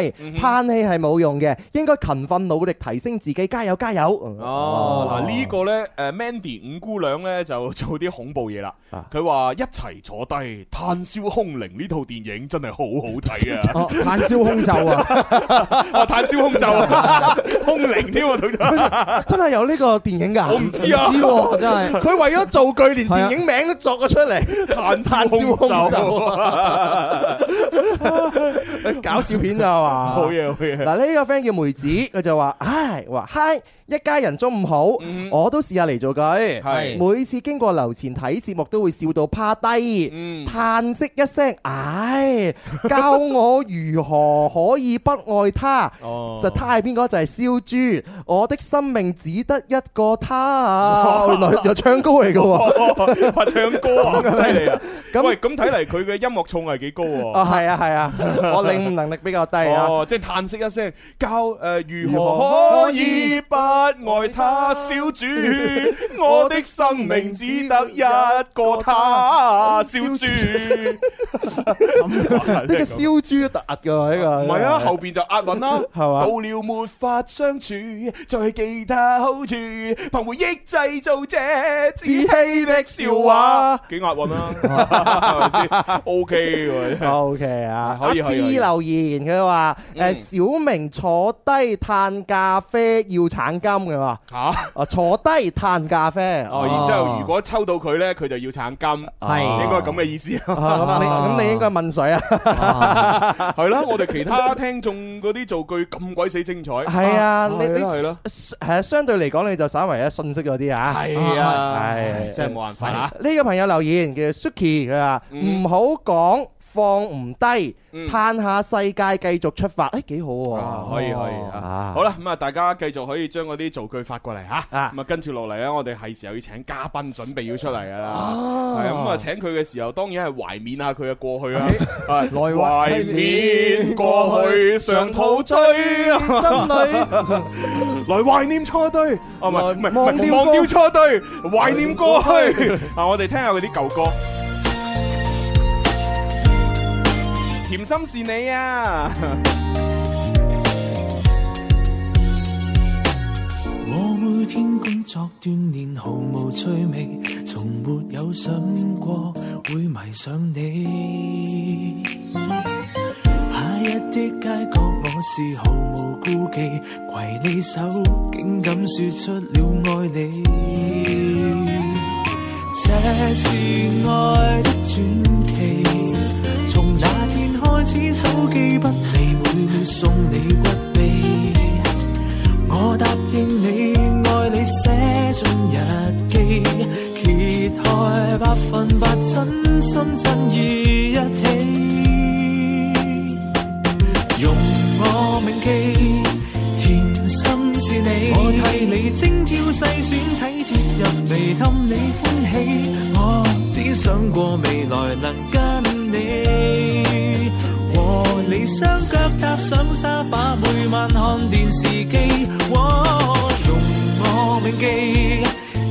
嘆氣係冇用嘅，應該勤奮努力提升自己，加油加油！
哦，嗱呢個呢，誒 Mandy 五姑娘呢就做啲恐怖嘢啦。
啊
佢話一齊坐低炭燒空靈呢套電影真係好好 睇啊！
哦，炭燒空袖 啊，
哦，炭燒空袖啊，空靈添啊，同咗
真係有呢個電影㗎？
我唔知啊
唔知喎，真係
佢為咗造句，連電影名都作咗出嚟，
炭燒空袖
炭燒空袖
啊，
搞笑片咋嘛？
好！嘢好嘢。
嗱，呢個 friend 叫梅子，佢就話：，唉，話嗨，一家人中午好，我都試下嚟做句。
嗯係
每次經過樓前睇節目，都會笑到趴低，
嗯
嘆息一聲，唉，教我如何可以不愛他？
哦
就他喺邊個就係燒豬，我的生命只得一個 他啊！原來又唱歌嚟嘅喎，
哦話唱歌啊，咁犀利啊！
咁
喂，咁睇嚟佢嘅音樂造詣幾高喎。
啊係啊 係啊，我領悟能力比較低啊。
哦，即係嘆息一聲，教诶如何可以不愛他小 主？我的生命只得一個他小主。呢
呢個燒豬都突㗎呢個，
唔係啊，後邊就押韻啦，
係嘛
到了沒法相處，再記他好處，憑回憶製造這自 欺的笑 話，幾押韻啊，係啊咪先？OK 喎，真 係
O K 啊，
可以
阿
可以可以
芝留言佢話誒
嗯
小明坐低嘆咖啡要橙金嘅話，
嚇
啊坐低嘆咖啡，
哦，然之後如果抽到佢咧，佢就要撐金。
係
應該咁嘅意思
啊咁你咁你應該問水啊，
啊，係啦，我哋其他聽眾嗰啲造句咁鬼死精彩，
係啊，你你
係咯
係啊，相對嚟講你就稍微咧信息咗啲啊。
係啊，
係
真係冇辦法啊，
呢個朋友留言叫 Suki，佢話
嗯
唔好講放唔低，
嗯
嘆下世界繼續出發，誒幾好
啊
喎，
可以可以啊
啊，
好啦，咁啊，大家繼續可以將嗰啲造句發過嚟吓，
啊
咁啊跟住落嚟咧，我哋係時候要請嘉賓準備要出嚟噶啦，係啊咁啊請佢嘅時候，當然係懷緬下佢嘅過去啊，係懷緬過去上肚追。
心裏
來懷念錯對，哦唔係唔係唔
忘
係
掉
忘掉
過
錯對，懷念過去。啊，我哋聽下佢啲舊 歌。甜心是你啊！
我每天工作鍛煉毫無趣味，從沒有想過會迷上你。夏日的街角，我是毫無顧忌，攜你手，竟敢說出了愛你。這是愛的傳奇，從那天開始，手機不離每秒送你骨秘。我答應你，愛你寫進日記，揭開百分百真心真意一起，容我銘記，甜心是你，我替你精挑細選，體貼入微，氹你歡喜，我只想過未來能跟你。和你雙腳踏上沙發，每晚看電視機。哦容我銘記，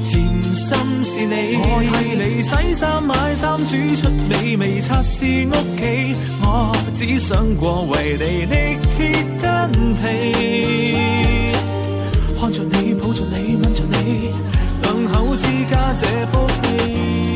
甜心是你。我替你洗衫買衫，煮出美味測試屋企。我只想過為你力竭筋疲，看着你，抱着你，吻着你，兩口之家這福氣。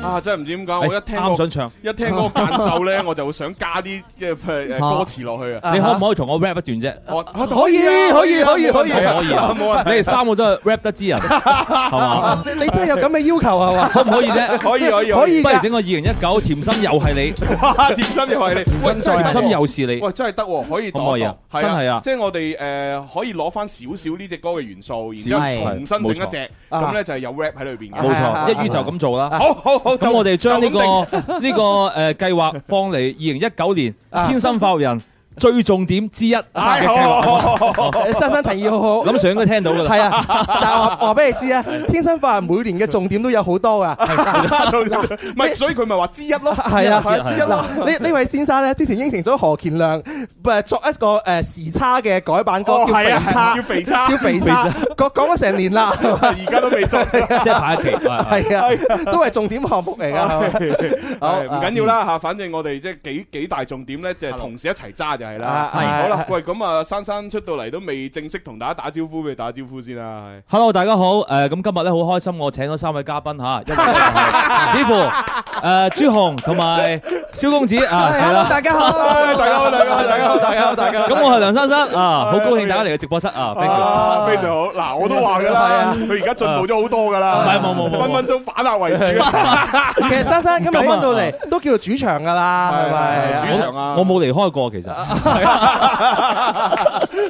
啊，真係唔知點解，我一聽
哎啱
嗰
想唱，
一聽嗰個間奏咧，我就會想加啲即係誒歌詞落去啊！
你可唔可以同我 rap 一 段啫？
我啊
可以可以可以可以，
可以啊，
冇問題
你哋三個都係 rap 得 之人，係嘛？
你你真係有咁嘅要求係嘛？
可唔可以啫？
可以可以
可以
不如
㗎
整個二零一九甜心又係你，
哇！甜心又係你，喂真係
甜
得
心
喎
又是你，
喂，真係得喎，可以
可唔可以啊
度
真係啊
即係我哋誒可以攞翻少少呢只歌嘅元素，然之後
少少
重新整一隻，咁
啊
咧就係有 rap 喺裏邊嘅。
冇錯啊
一於就咁做啦。
好好好，
咁
就
我哋將呢
就咁
個呢個誒計劃放嚟二零一 九年天生發育人最重點之一嘅
定唉
計
哎好好
劃。
好好好好
誒珊珊提議好好。
諗上應該聽到噶啦。
係啊，但係我話俾你知啊，天生發人每年嘅重點都有好多噶。
唔係，所以佢咪話之一咯，
係啊，
係之一咯。
嗱呢呢位先生咧，之前應承咗何健亮，誒作一個誒時差嘅改版歌，叫
哦係
肥
啊
差，
叫肥差
叫肥差，講講咗成年啦，
而家都未做。
即係排一期。係
係啊，都係重點項目 嚟噶。好
係唔緊要啦嚇，反正我哋即係幾幾大重點咧，就係同時一齊揸就係啦。
啊係
好啦
啊，
喂，咁啊，珊珊出到嚟都未正式同大家打招呼，俾打招呼先啦。係
Hello，大家好。誒，咁今日咧好開心，我請咗三位嘉賓嚇，一位就係子父、誒朱紅同埋蕭公子啊，係
，hello
啦。
大家好，
哎大家好大家好大家好大
家好，大家好。
咁我係梁珊珊啊，好高興大家嚟嘅直播室啊，thank you。
啊，非常好。嗱，我都話㗎
係
啦
啊，
佢而家進步咗好多㗎啦。
唔係冇冇冇冇
分分鐘反客為主。
其實珊珊今日翻到嚟都叫做主場噶啦，係咪？
係主場啊
我冇離開過其實。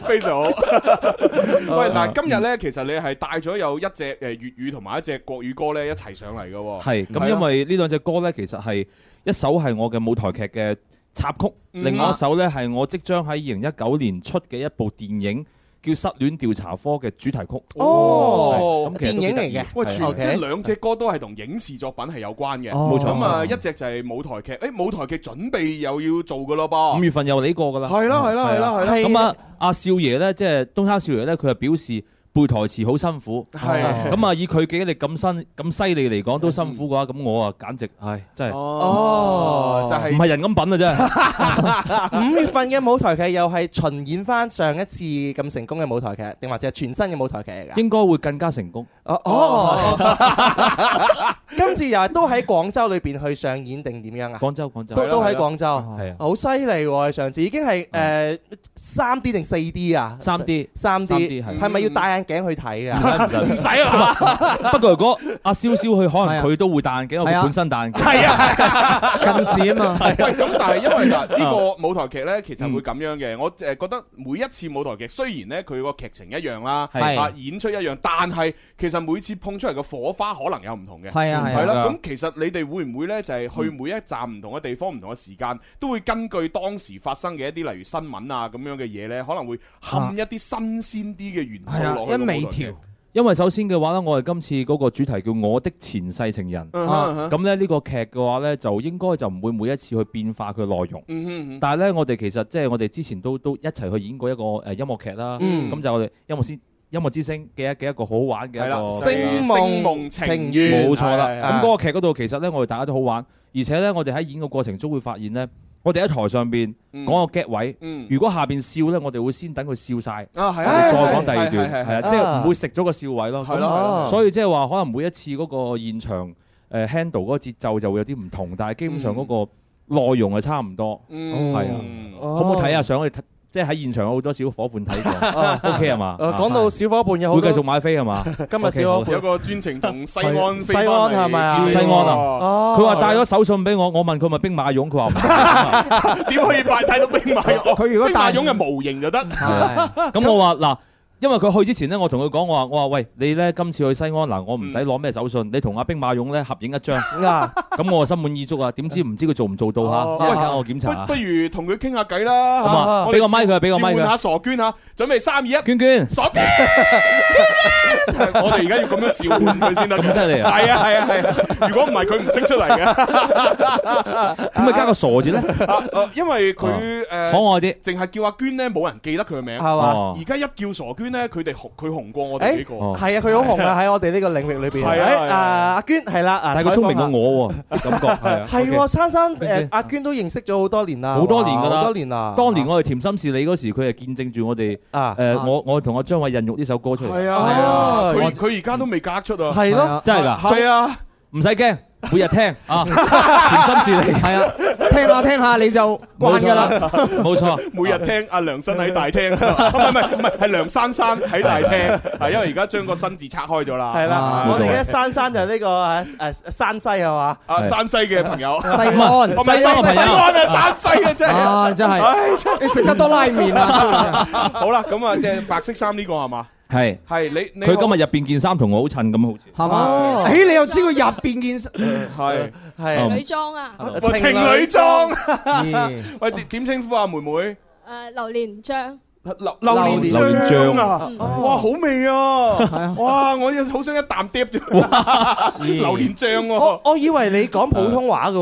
非常好。喂，嗱，今日咧，其實你係帶咗有一隻誒粵語同埋一隻國語歌咧一齊上嚟嘅喎。
係
係啊
咁，因為呢兩隻歌呢，其實係一首係我嘅舞台劇嘅插曲，
嗯
另外一首呢，係我即將喺二零一九年出嘅一部電影叫《失戀調查科》嘅主題曲。
哦
係咁其
電
實都幾
影
得
嚟
意
嘅，
喂，
係
全
OK
即係兩隻歌都係同影視作品係有關嘅。
冇錯
咁啊，一隻就係舞台劇，誒舞台劇準備又要做嘅咯噃。
五月份又嚟過㗎啦。
係啦，係啦，係啦，係啦。
係
咁嗯啊，阿少爺呢，即係東山少爺呢，佢係表示背台詞好辛苦。
係
咁啊，以佢記憶力咁新咁犀利嚟講都辛苦嘅話，咁我啊簡直唉真係
哦，就哦係
唔係人咁品啊真係。
五月份嘅舞台劇又係巡演翻上一次咁成功嘅舞台劇，定或者係全新嘅舞台劇嚟㗎？
應該會更加成功。
哦哦，
哦
今次又係都喺廣州裏邊去上演定點樣啊？
廣州廣州
都都喺廣州，
係啊，
好犀利喎！上次已經係誒三 D 定四 D 啊？
三 D
三 D
3D 係
係咪要戴眼鏡去睇啊
唔
㗎？
使唔使。
唔 使啦，
不過如果阿蕭蕭去，可
係
能
啊
佢都會戴眼鏡，因為
係
佢
啊
本身戴眼鏡。
係啊。
近視啊 嘛，
喂，咁但係因為嗱呢
哦
個舞台劇咧，其實
嗯
會咁樣嘅。我誒覺得每一次舞台劇雖然咧佢個劇情一樣啦，
係
啊演出一樣，但係其實每次碰出嚟嘅火花可能有唔同嘅。
係啊
係
係啊，
啦，
係啊
咁其實你哋會唔會呢？就係去每一站唔同嘅地方、唔同嘅時間，都會根據當時發生嘅一啲，例如新聞啊咁樣嘅嘢呢，可能會冚一啲新鮮啲嘅元素
係啊
落去。
一微調，
因為首先嘅話咧，我哋今次嗰個主題叫我的前世情人。
嗯
咁咧呢個劇嘅話咧，就應該就唔會每一次去變化佢內容。
嗯
但係咧，我哋其實即係我哋之前都都一齊去演過一個誒音樂劇啦。
嗯
咁就我哋音樂先音樂之聲嘅一嘅一個好好玩嘅
係啦
一個
星夢情緣
冇錯啦。
係係係
咁嗰個劇嗰度其實咧，我哋大家都好玩，而且咧我哋喺演嘅過程中會發現咧，我哋喺台上邊
嗯
講個 get 位，
嗯，
如果下邊笑咧，我哋會先等佢笑晒。
啊係
我哋
啊，
再講第二段，
係係係
係啊，即係唔會食咗個笑位咯。
係
咁
咯，
哦
所以即嗯係話，可能每一次嗰個現場誒 handle 嗰個節奏就會有啲唔同，但係基本上嗰個內容係差唔多。
嗯
係啊
啊，
哦
可唔可以睇下相？我哋睇即係喺現場有好多小伙伴睇過 哦，OK 係嘛？
誒哦講到小伙伴有好
啊會繼
多，
續買飛係嘛？
今日小伙
有
伴
個專程同西 安飛
西
返
安
嚟
係咪啊
見你
西安啊
喎
哦
佢話帶咗手信俾我，我問佢係咪兵馬俑，佢話唔 係
點可以拜睇到兵馬俑？
佢如果
兵
帶
馬俑嘅模型就得，
哦
咁我話嗱。因為佢去之前呢，我同佢講，我話我話喂，你呢今次去西安嗱，我唔使攞咩手信，你同阿兵馬俑呢合影一張，
啊，
咁我心滿意足啊！點知唔知佢做唔做到
哦
嚇？一陣間我檢查啊
不
下
不。如同佢傾下偈啦。
咁
嚇
啊
我哋
俾個咪佢俾個咪
召
佢啊
喚下傻娟嚇，準備三二一，
娟娟，
傻娟！我哋而家要咁樣召喚佢先得
咁
嘅。
犀利啊！
係啊係啊係啊！如果唔係佢唔識出 嚟嘅
咁咪加個傻 字咧，可
啊，啊因為
哦
佢
愛
誒
啲，
淨係叫阿娟咧，冇人記得佢嘅名。
係嘛？
哦
而家一叫傻娟咧，佢哋紅佢紅過我哋幾個。
哦
係啊，佢好紅啊！喺我哋呢個領域裏邊，
係啊
誒
係啊
啊阿娟係啦，啊
但係佢聰明過我喎，感覺係啊。
係
OK
喎，珊珊
娟
誒
姐
阿娟都認識咗好多年啦，
好多年㗎啦
好多年啦，
當年我哋甜心是你嗰時，佢係見證住我哋
啊
誒，呃我我同阿張偉孕育呢首歌出嚟，
啊
哦
佢佢而家都未嫁得出啊。
係咯，
真係㗎，
係啊，
唔使驚，每日聽啊，甜心是你，
係啊，聽下聽下你就慣㗎啦。
冇錯。
每日聽阿梁生喺大 廳，唔係唔係唔係，係梁珊珊喺大廳，係因為而家將個新字拆開咗啦。
係啦
啊，
我哋嘅珊珊就係呢個誒誒山西係嘛？
啊，山西嘅朋友，
西安，
我咪
西安嘅朋友
西安啊，山西嘅啫。
啊，真係
唉，真係
你食得多拉麵啊！
好啦，咁啊，即係白色衫呢個係嘛？
係，
係你你
佢今日入邊件衫同我好襯咁，好似
係
哦
嘛？誒，你又知佢入邊件衫？
係
係
嗯
女裝啊，
喂情侶裝。
咦
喂，點點稱呼啊，妹妹？
誒榴蓮醬，
榴榴
榴
蓮
蓮
醬
醬
啊！哇，好味啊！哇，我又好想一啖嗒咗。 榴蓮醬喎
我。我以為你講普通話嘅喎。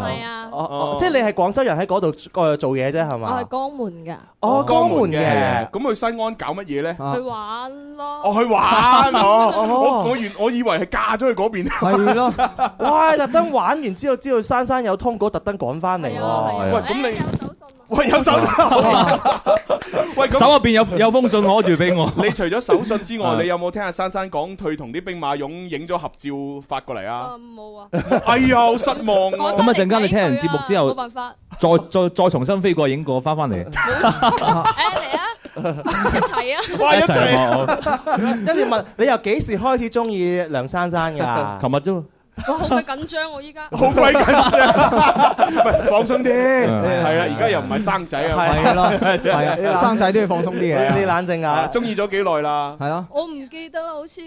係啊，
哦哦，即係你係廣州人喺嗰度誒做嘢啫，係
我
嘛
係？江門噶，
哦，江門嘅
嘅，，咁去西安搞乜嘢咧？
啊
去玩
哦，
咯，
去玩哦！我我原我以為係嫁咗去嗰邊。
係咯，
哇！特登玩完之後，知道珊珊有通稿，特登趕翻嚟
係啊，
喎。
係
喂
啊，
咁你
誒有手信啊，
喂，有手信。喂，
手
咁
入邊有有封信攞住俾我。
你除咗手信之外，
啊
你有冇聽阿珊珊講佢同啲兵馬俑影咗合照發過嚟啊？
啊冇啊，
哎呀，好失望
講
啊！
真
咁啊陣間
嚟睇
你聽完
佢
節目之後
啊冇辦法，
再再再重新飛過影過，翻翻嚟
誒嚟啊， 一齊啊，
哇，一
齊哦
齊
學。
跟住問你由幾時開始中意梁珊珊㗎？
哦琴日啫嘛，
我好鬼緊張我依家，
好鬼緊張。喂，放鬆啲，係啊，而家又唔係生仔啊。
係咯，係啊，生仔都要放鬆啲
你
嘅。
冷靜
啊，
啊！
中意咗幾耐啦？
係啊，
我唔記得啦，好似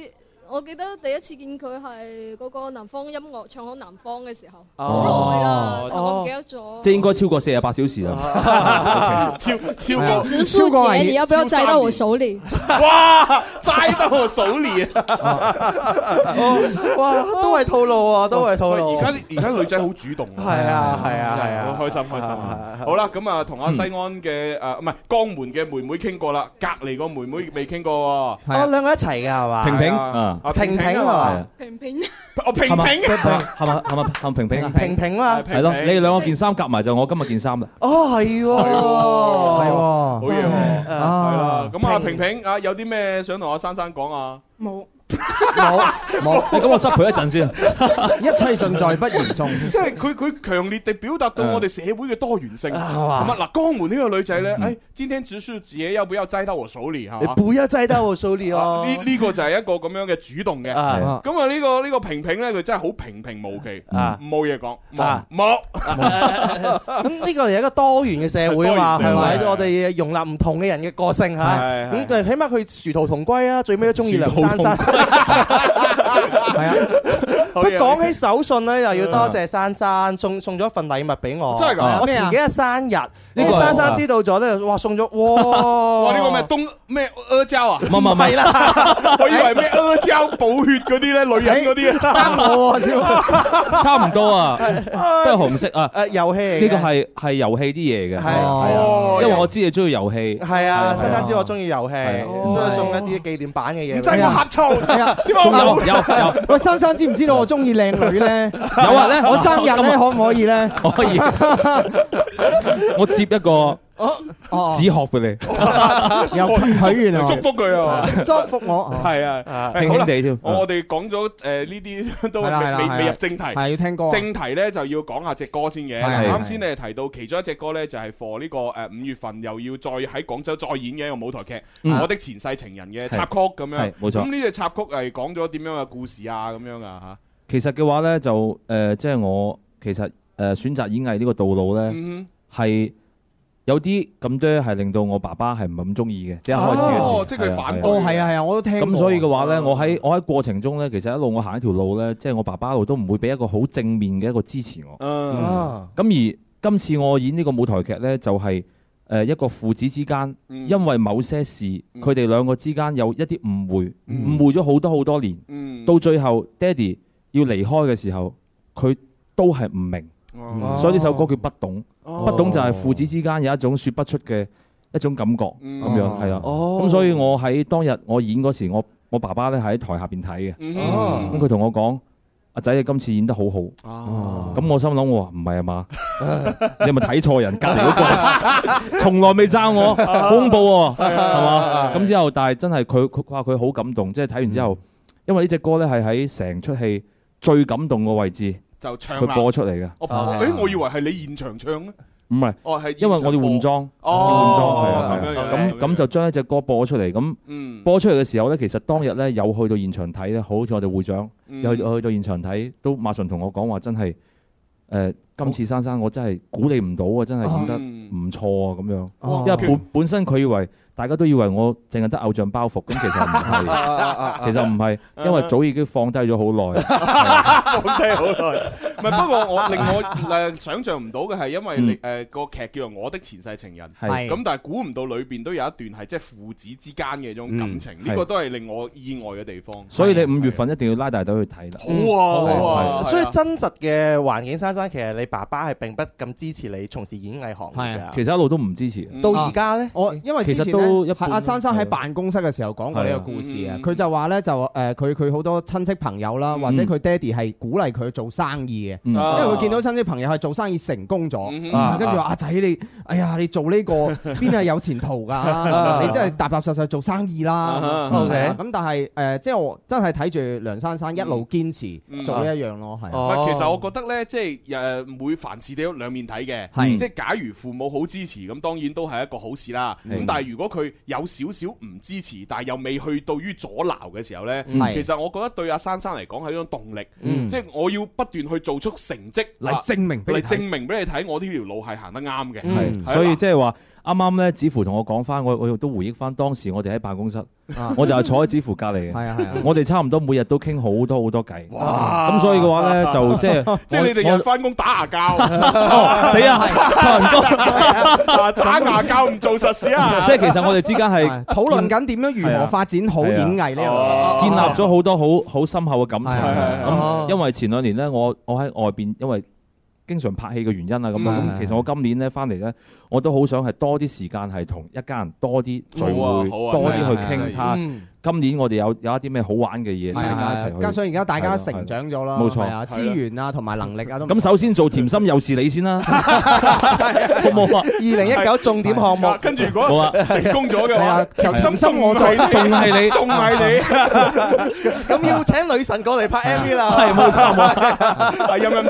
我記得第一次見佢係嗰個南方音樂唱好南方嘅時候，好耐啦，但我唔記得咗。
即係應該超過四十八小時啊啦。
超超
係啊
過，
植樹
超過
姐，
係
你要不要
超三
摘到我
年
手裏？
哇！齋到我數年。啊
哇，都係套路啊，都係套
喂，
路
而。家而家女仔好主動啊。
係啊，係啊，係啊，
好開心開心啊！好啦，咁啊，同阿西安嘅誒唔係江門嘅妹妹傾過啦，隔離個妹妹未傾過
係啊
哦，兩個一齊㗎係嘛？
平
喎。
平
啊
啊，
啊
平平
啊
係
嘛，
啊，
平平
我平
係嘛
平啊，
係嘛係嘛係咪平平啊？
平平啊！
係咯，你哋兩個件衫夾埋就我今日件衫啦。
哦，係喎，
係
係
喎，
好嘢喎，
喎
係啦
啊。，
咁啊，平平啊，有啲咩想同阿珊珊講啊？
冇。
冇冇，
你咁我失陪一陣先。
一切盡在不言中。
即係佢佢強烈地表達到
啊
我哋社會嘅多元性。咁
啊
啊，嗱，江門呢個哎女仔咧，誒，今天只是自己有比較齋得和數年係
你
嘛？
不要再帶我手裏哦
啊。呢呢個就係一個咁樣嘅主動嘅。
啊
啊
咁啊，呢個呢個平平咧，佢真係好平平無奇，
啊！
冇嘢講，冇
啊
冇。
咁呢個係一個多元嘅社會啊嘛，
多元社
係
會
咪？我哋容納唔同嘅人嘅個性嚇。
係係
咁但係起碼佢殊途同歸啊，最尾都中意梁珊珊。
係啊，
好
不
嘢
講起手信咧，又要多謝珊珊送送咗一份禮物俾我。
真係㗎
我前幾日生日，
呢個
個珊珊知道咗咧，哇送咗哇！
哇！呢個咩東咩阿膠啊？
唔唔唔
係啦，
我以為咩阿膠補血嗰啲咧，女人嗰啲啊。
我喎，
差唔多啊，都係紅色啊。
誒 遊戲嚟嘅
呢個係係遊戲啲嘢
係
嘅，
哦
因為我知你中意 遊戲。
係啊，珊珊知我中意遊戲，
係啊哦
所以送一啲紀念版嘅嘢。
真係我呷醋，點解
仲
我
有
冇？
有有
喂，珊珊知唔知道我中意靚女咧？
有啊咧，
我生日咧，可唔可以咧？
我可以， 我接一個
哦，
紙殼俾
啊有許願
祝
啊，
福佢啊！
祝福我。哦
係啊，
你，
誒
輕
好
輕
啦，
地添。嗯
我哋講咗誒呢啲 都
係啦係啦
未
係啦
未入正題。
係要聽歌啊。
正題咧就要講下只歌先嘅。
係
啱先你係提到其中一隻歌咧，就係 for 呢個誒五月份又要再喺廣州再演嘅一個舞台劇
嗯
《我的前世情人》嘅插曲咁樣。
係冇錯
咁呢隻插曲係講咗點樣嘅故事啊？咁樣啊
其實嘅話咧，就誒，即係我其實誒選擇演藝呢個道路
嚇。
咧，
嗯
係有啲咁多係令到我爸爸係唔係咁中意嘅，即係一開
哼。
始嘅時候。
哦，即係佢反對。哦
哦，係啊，係啊，我都聽過。
咁所以嘅話呢，我喺我喺過程中呢，其實一路我行一條路呢，即係我爸爸一路都唔會俾一個好正面嘅一個支持我。
嗯。
啊，
咁而今次我演呢個舞台劇呢，就係、誒一個父子之間，
嗯
因為某些事，
嗯
佢哋兩個之間有一啲誤會，
嗯
誤會咗好多好多年，
嗯
到最後爹哋要離開嘅時候，佢都係唔明，
哦
所以呢首歌叫不懂。
哦
不懂就係父子之間有一種說不出嘅一種感覺，
嗯
咁樣係啊。
哦
咁所以我喺當日我演嗰時，我我爸爸咧喺台下邊睇嘅，
嗯
哦
咁佢同我講：阿仔，你今次演得好好。
哦
咁我心諗我話唔係啊嘛， 你係咪睇錯人？隔離嗰個 從來未爭我，好恐怖喎，啊 係啊嘛？咁之後，但係真係佢佢佢話佢好感動，即係睇完之後，因為呢只歌咧係喺成出戲最感動嘅位置，
就唱
佢
啦。
播出嚟嘅，
我誒，我以為係你現場唱咧。
唔係
哦，係
因為我哋換裝，
哦，
要換裝
咁
係
樣
啊，
樣
咁咁就將呢只歌播咗出嚟咁。
嗯
播出嚟嘅時候呢，其實當日呢，有去到現場睇呢，好似我哋會長
嗯
有有去到現場睇，都馬上同我講話，真係誒、呃今次珊珊我真係估你唔到啊，真係演得
嗯
唔錯啊咁樣。
哦
因為本本身佢以為大家都以為我淨係得偶像包袱，咁其實唔 係，其實唔係，因為早已經放低咗好耐。
放低好耐。唔係，不過我令我誒想象唔到嘅係，因為你誒個劇叫做《我的前世情人》，
嗯係
咁但係估唔到裏邊都有一段係即係父子之間嘅一種感情，呢個都係令我意外嘅地方。
嗯所以你五月份一定要拉大隊去睇啦。
好啊，好啊，
所以
係啊
真實嘅環境，珊珊其實你爸爸係並不咁支持你從事演藝行業
係啊
嘅。
其實一路都唔支持嘅，
到而家咧，
我因為之前
其實都
咧
一，般
係阿珊珊喺辦公室嘅時候講過呢個故事啊
係啊，
佢就話咧就誒佢佢好多親戚朋友啦，或者佢爹哋係鼓勵佢做生意嘅，
嗯
因為佢見到親戚朋友係做生意成功咗。
啊嗯
啊
哼
跟住話阿仔你，哎呀你做呢個邊係有前途㗎？你真係踏踏實實做生意啦。
啊
OK
係啊咁但係誒，即係我真係睇住梁珊珊一路堅持做呢一樣咯，係啊。
唔係嗯其實我
哦
覺得呢，即係誒每凡事都有兩面睇嘅，嗯
係
即係假如父母好支持，咁當然都係一個好事啦。咁
係
但係如果佢有少少唔支持，但係又未去到於阻撓嘅時候呢，
係
其實我覺得對阿珊珊嚟講係一種動力，
嗯
即係我要不斷去做出成績
嚟
啊
證明俾
嚟
你
證
睇，
明俾你睇，我呢條路係行得啱嘅。
係，
嗯
係
所以
啦
即係話啱啱咧，子符同我講翻，我我亦都回憶翻當時我哋喺辦公室
啊，
我就係坐喺子符隔離嘅，
係啊係啊。
我哋差唔多每日都傾好多好多偈。
哇
咁所以嘅話咧， 就即係
即係你哋日翻工打牙交，
我哦死啊！拍人工，
打牙交唔做實事啊！
即係其實我哋之間係
討論緊點樣如何發展好演藝呢樣嘢。
建立咗好多好好深厚嘅感情。
係
係
咁
哦
因為前兩年咧，我我喺外邊，因為經常拍戲嘅原因啊，咁啊
嗯
咁其實我今年咧翻嚟咧，我都好想係多啲時間係同一家人多啲聚會，
好啊好啊
多啲去
真係
傾
真係
他。
嗯
今年我哋有有一啲咩好玩嘅嘢，大家一齊
啊加
去。
上而家大家成長咗啦，
冇錯
係啊，資源啊同埋能力啊都唔
咁首先做甜心又是 你先啦，好冇啊？
二零一九重點項目
啊跟住如
好
果
啊
成功咗嘅
係
話
啊，就
心
心我
仲
在
係
仲係你
仲係你。
咁要請女神過嚟拍 MV 啦，
係冇錯冇錯，
啊，陰陰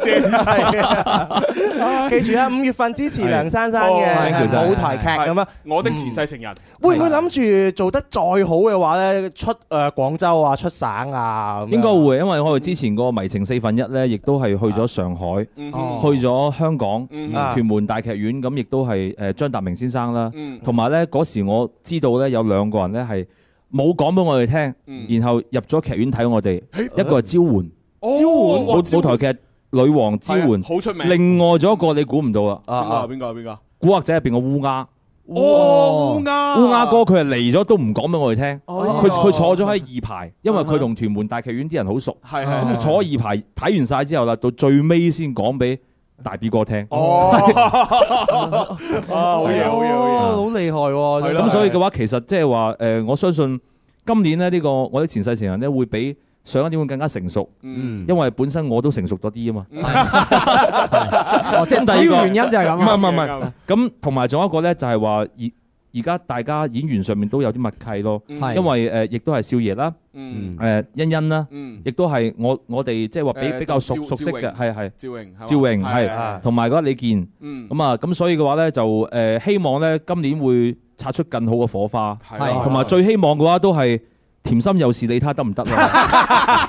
姐，
記住啊，五月份支持梁珊珊
哦
嘅
thank you
舞台劇咁啊，
我的前世情人，
會唔會諗住做得再好嘅話咧，出誒廣州啊，出省啊，咁樣
應該會，因為我哋之前個《迷情四分一》咧，亦都係去咗上海，
嗯
哦
去咗香港、
嗯
啊
屯門大劇院，咁亦都係誒張達明先生啦，
嗯
同埋咧嗰時我知道咧有兩個人咧係冇講俾我哋
嗯
聽，然後入咗劇院睇我哋，一個係招喚
招
舞舞台劇女王招喚，
好出名。
另外咗一個你估唔到啦，
啊啊
邊個邊個邊個？
古惑仔入邊個烏鴉。
哦，烏鴉，
烏鴉哥佢係嚟咗都唔講俾我哋聽，
哦
佢佢坐咗喺二排，因為佢同屯門大劇院啲人好熟，
係係
咁坐喺二排睇完晒之後啦，到最尾先講俾大 B 哥聽。
哦，啊，好嘢，好嘢，好嘢。
哦，好厲害喎！
係啦
咁所以嘅話，其實即係話誒，我相信今年咧呢個我啲前世情人咧會比上一年會更加成熟，
嗯
因為本身我都成熟咗啲啊嘛。
哦即係
咁第二個
主要原因就係咁
唔係
啊
唔係唔係，咁同埋仲有一個咧就係話而而家大家演員上面都有啲默契咯，
係
因為呃誒亦都係少爺啦，
嗯
誒欣欣啦。
嗯，
亦都係我我哋即係話比
誒
比較熟
趙
熟悉
趙
嘅，
榮
係係
趙榮，
趙榮係，
係，
同埋嗰個李健
嗯，
咁啊，咁所以嘅話咧就誒希望咧今年會擦出更好嘅火花，
係
同埋最希望嘅話都係甜心有事你睇下得唔得 啦？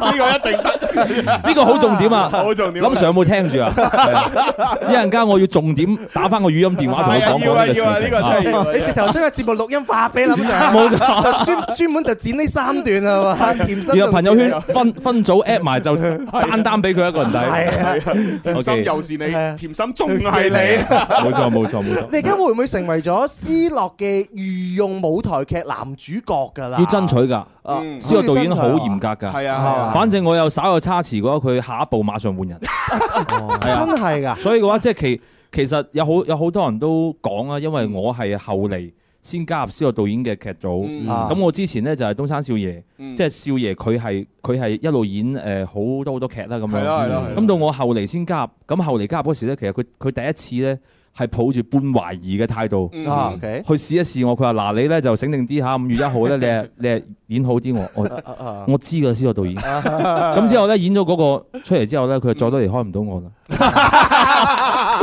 呢個一 定得，
呢個好重 點啊！
好重
林
點。
Sir 有冇 聽住啊？係啊一陣間我要重點打翻個語音電話同佢講
要
講
啊
呢個事
要啊，呢
情
個真
啊。
係
你直頭將個節目錄音化俾林 Sir，
冇
就專專門就剪呢三段啊嘛，甜心
然後朋友
啊
圈分分組 at 埋就單單俾佢一個人睇，
係啊，
甜
OK
心又是你，甜心仲係
係
你。
你。
冇錯冇錯冇錯。
你而家會唔會成為咗思樂嘅御用舞台劇男主角㗎啦？
要爭取㗎，
啊，
嗯
思個導演好嚴格㗎。
係啊，係啊
反正我有稍有差池嘅話，佢下一步馬上換人，係
真
啊。
係㗎。
所以嘅話，即係其其實有好有好多人都講啊，因為我係後嚟先加入思樂導演嘅劇組。
嗯
啊
咁我之前呢，就係東山少爺，
嗯
即係少爺佢係佢係一路演誒好多好多劇啦咁
係啦係啦
樣。嗯
係啦
咁到我後嚟先加入，咁後嚟加入嗰時呢，其實佢佢第一次呢係抱住半懷疑嘅態度。
嗯
啊，OK，
去試一試我，佢話嗱你咧就醒定啲嚇，五月一號咧你 係你係演好啲我，我
啊啊
我知噶，思樂導演。咁之後咧演咗嗰個出嚟之後咧，佢就再都離開唔到我 啦。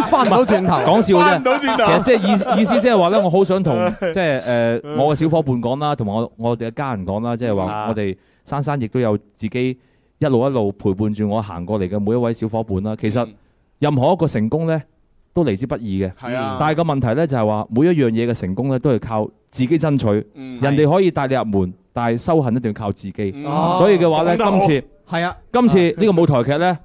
翻唔到轉頭。
講笑
哦翻唔
啫，
到嗯轉
其實
頭。
即 係意意思即係話咧，我好想同即係誒我嘅小伙伴講啦，同埋我我哋嘅家人講啦，即係
啊
嗯
話我哋珊珊亦都有自己一路一路陪伴住我行過嚟嘅每一位小伙伴啦。其
嗯
實任何一個成功咧都嚟之不易嘅，
係啊，
但係個問題咧就係話每一樣嘢嘅成功咧都係靠自己爭取。
嗯
人哋可以帶你入門，但係修行一定要靠自己。
嗯
哦
所以嘅話呢，
講得好
今次
係啊，
今次呢個舞台劇呢，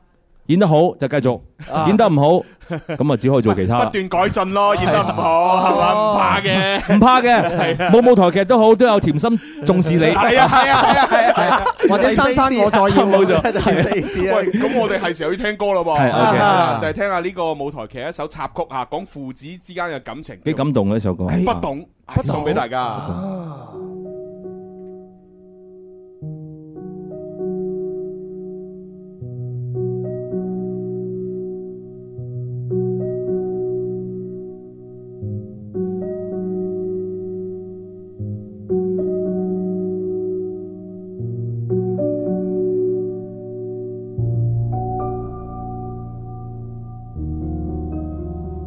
演得好就繼續，
啊
演得 唔好咁啊只可以做其他
不
啦。
斷改進咯，演得唔好係嘛，唔怕嘅。
唔怕嘅，
啊
冇舞台劇都好，都有甜心重視你。
係啊係啊係啊係啊。
或者珊珊我再要
冇錯
第四次啊
喂，咁我哋係時候要聽歌咯噃，
係，OK
係啦就係聽下呢個舞台劇一首插曲啊，講父子之間嘅感情，
幾感動嘅一首歌。
不懂，唉送俾大家。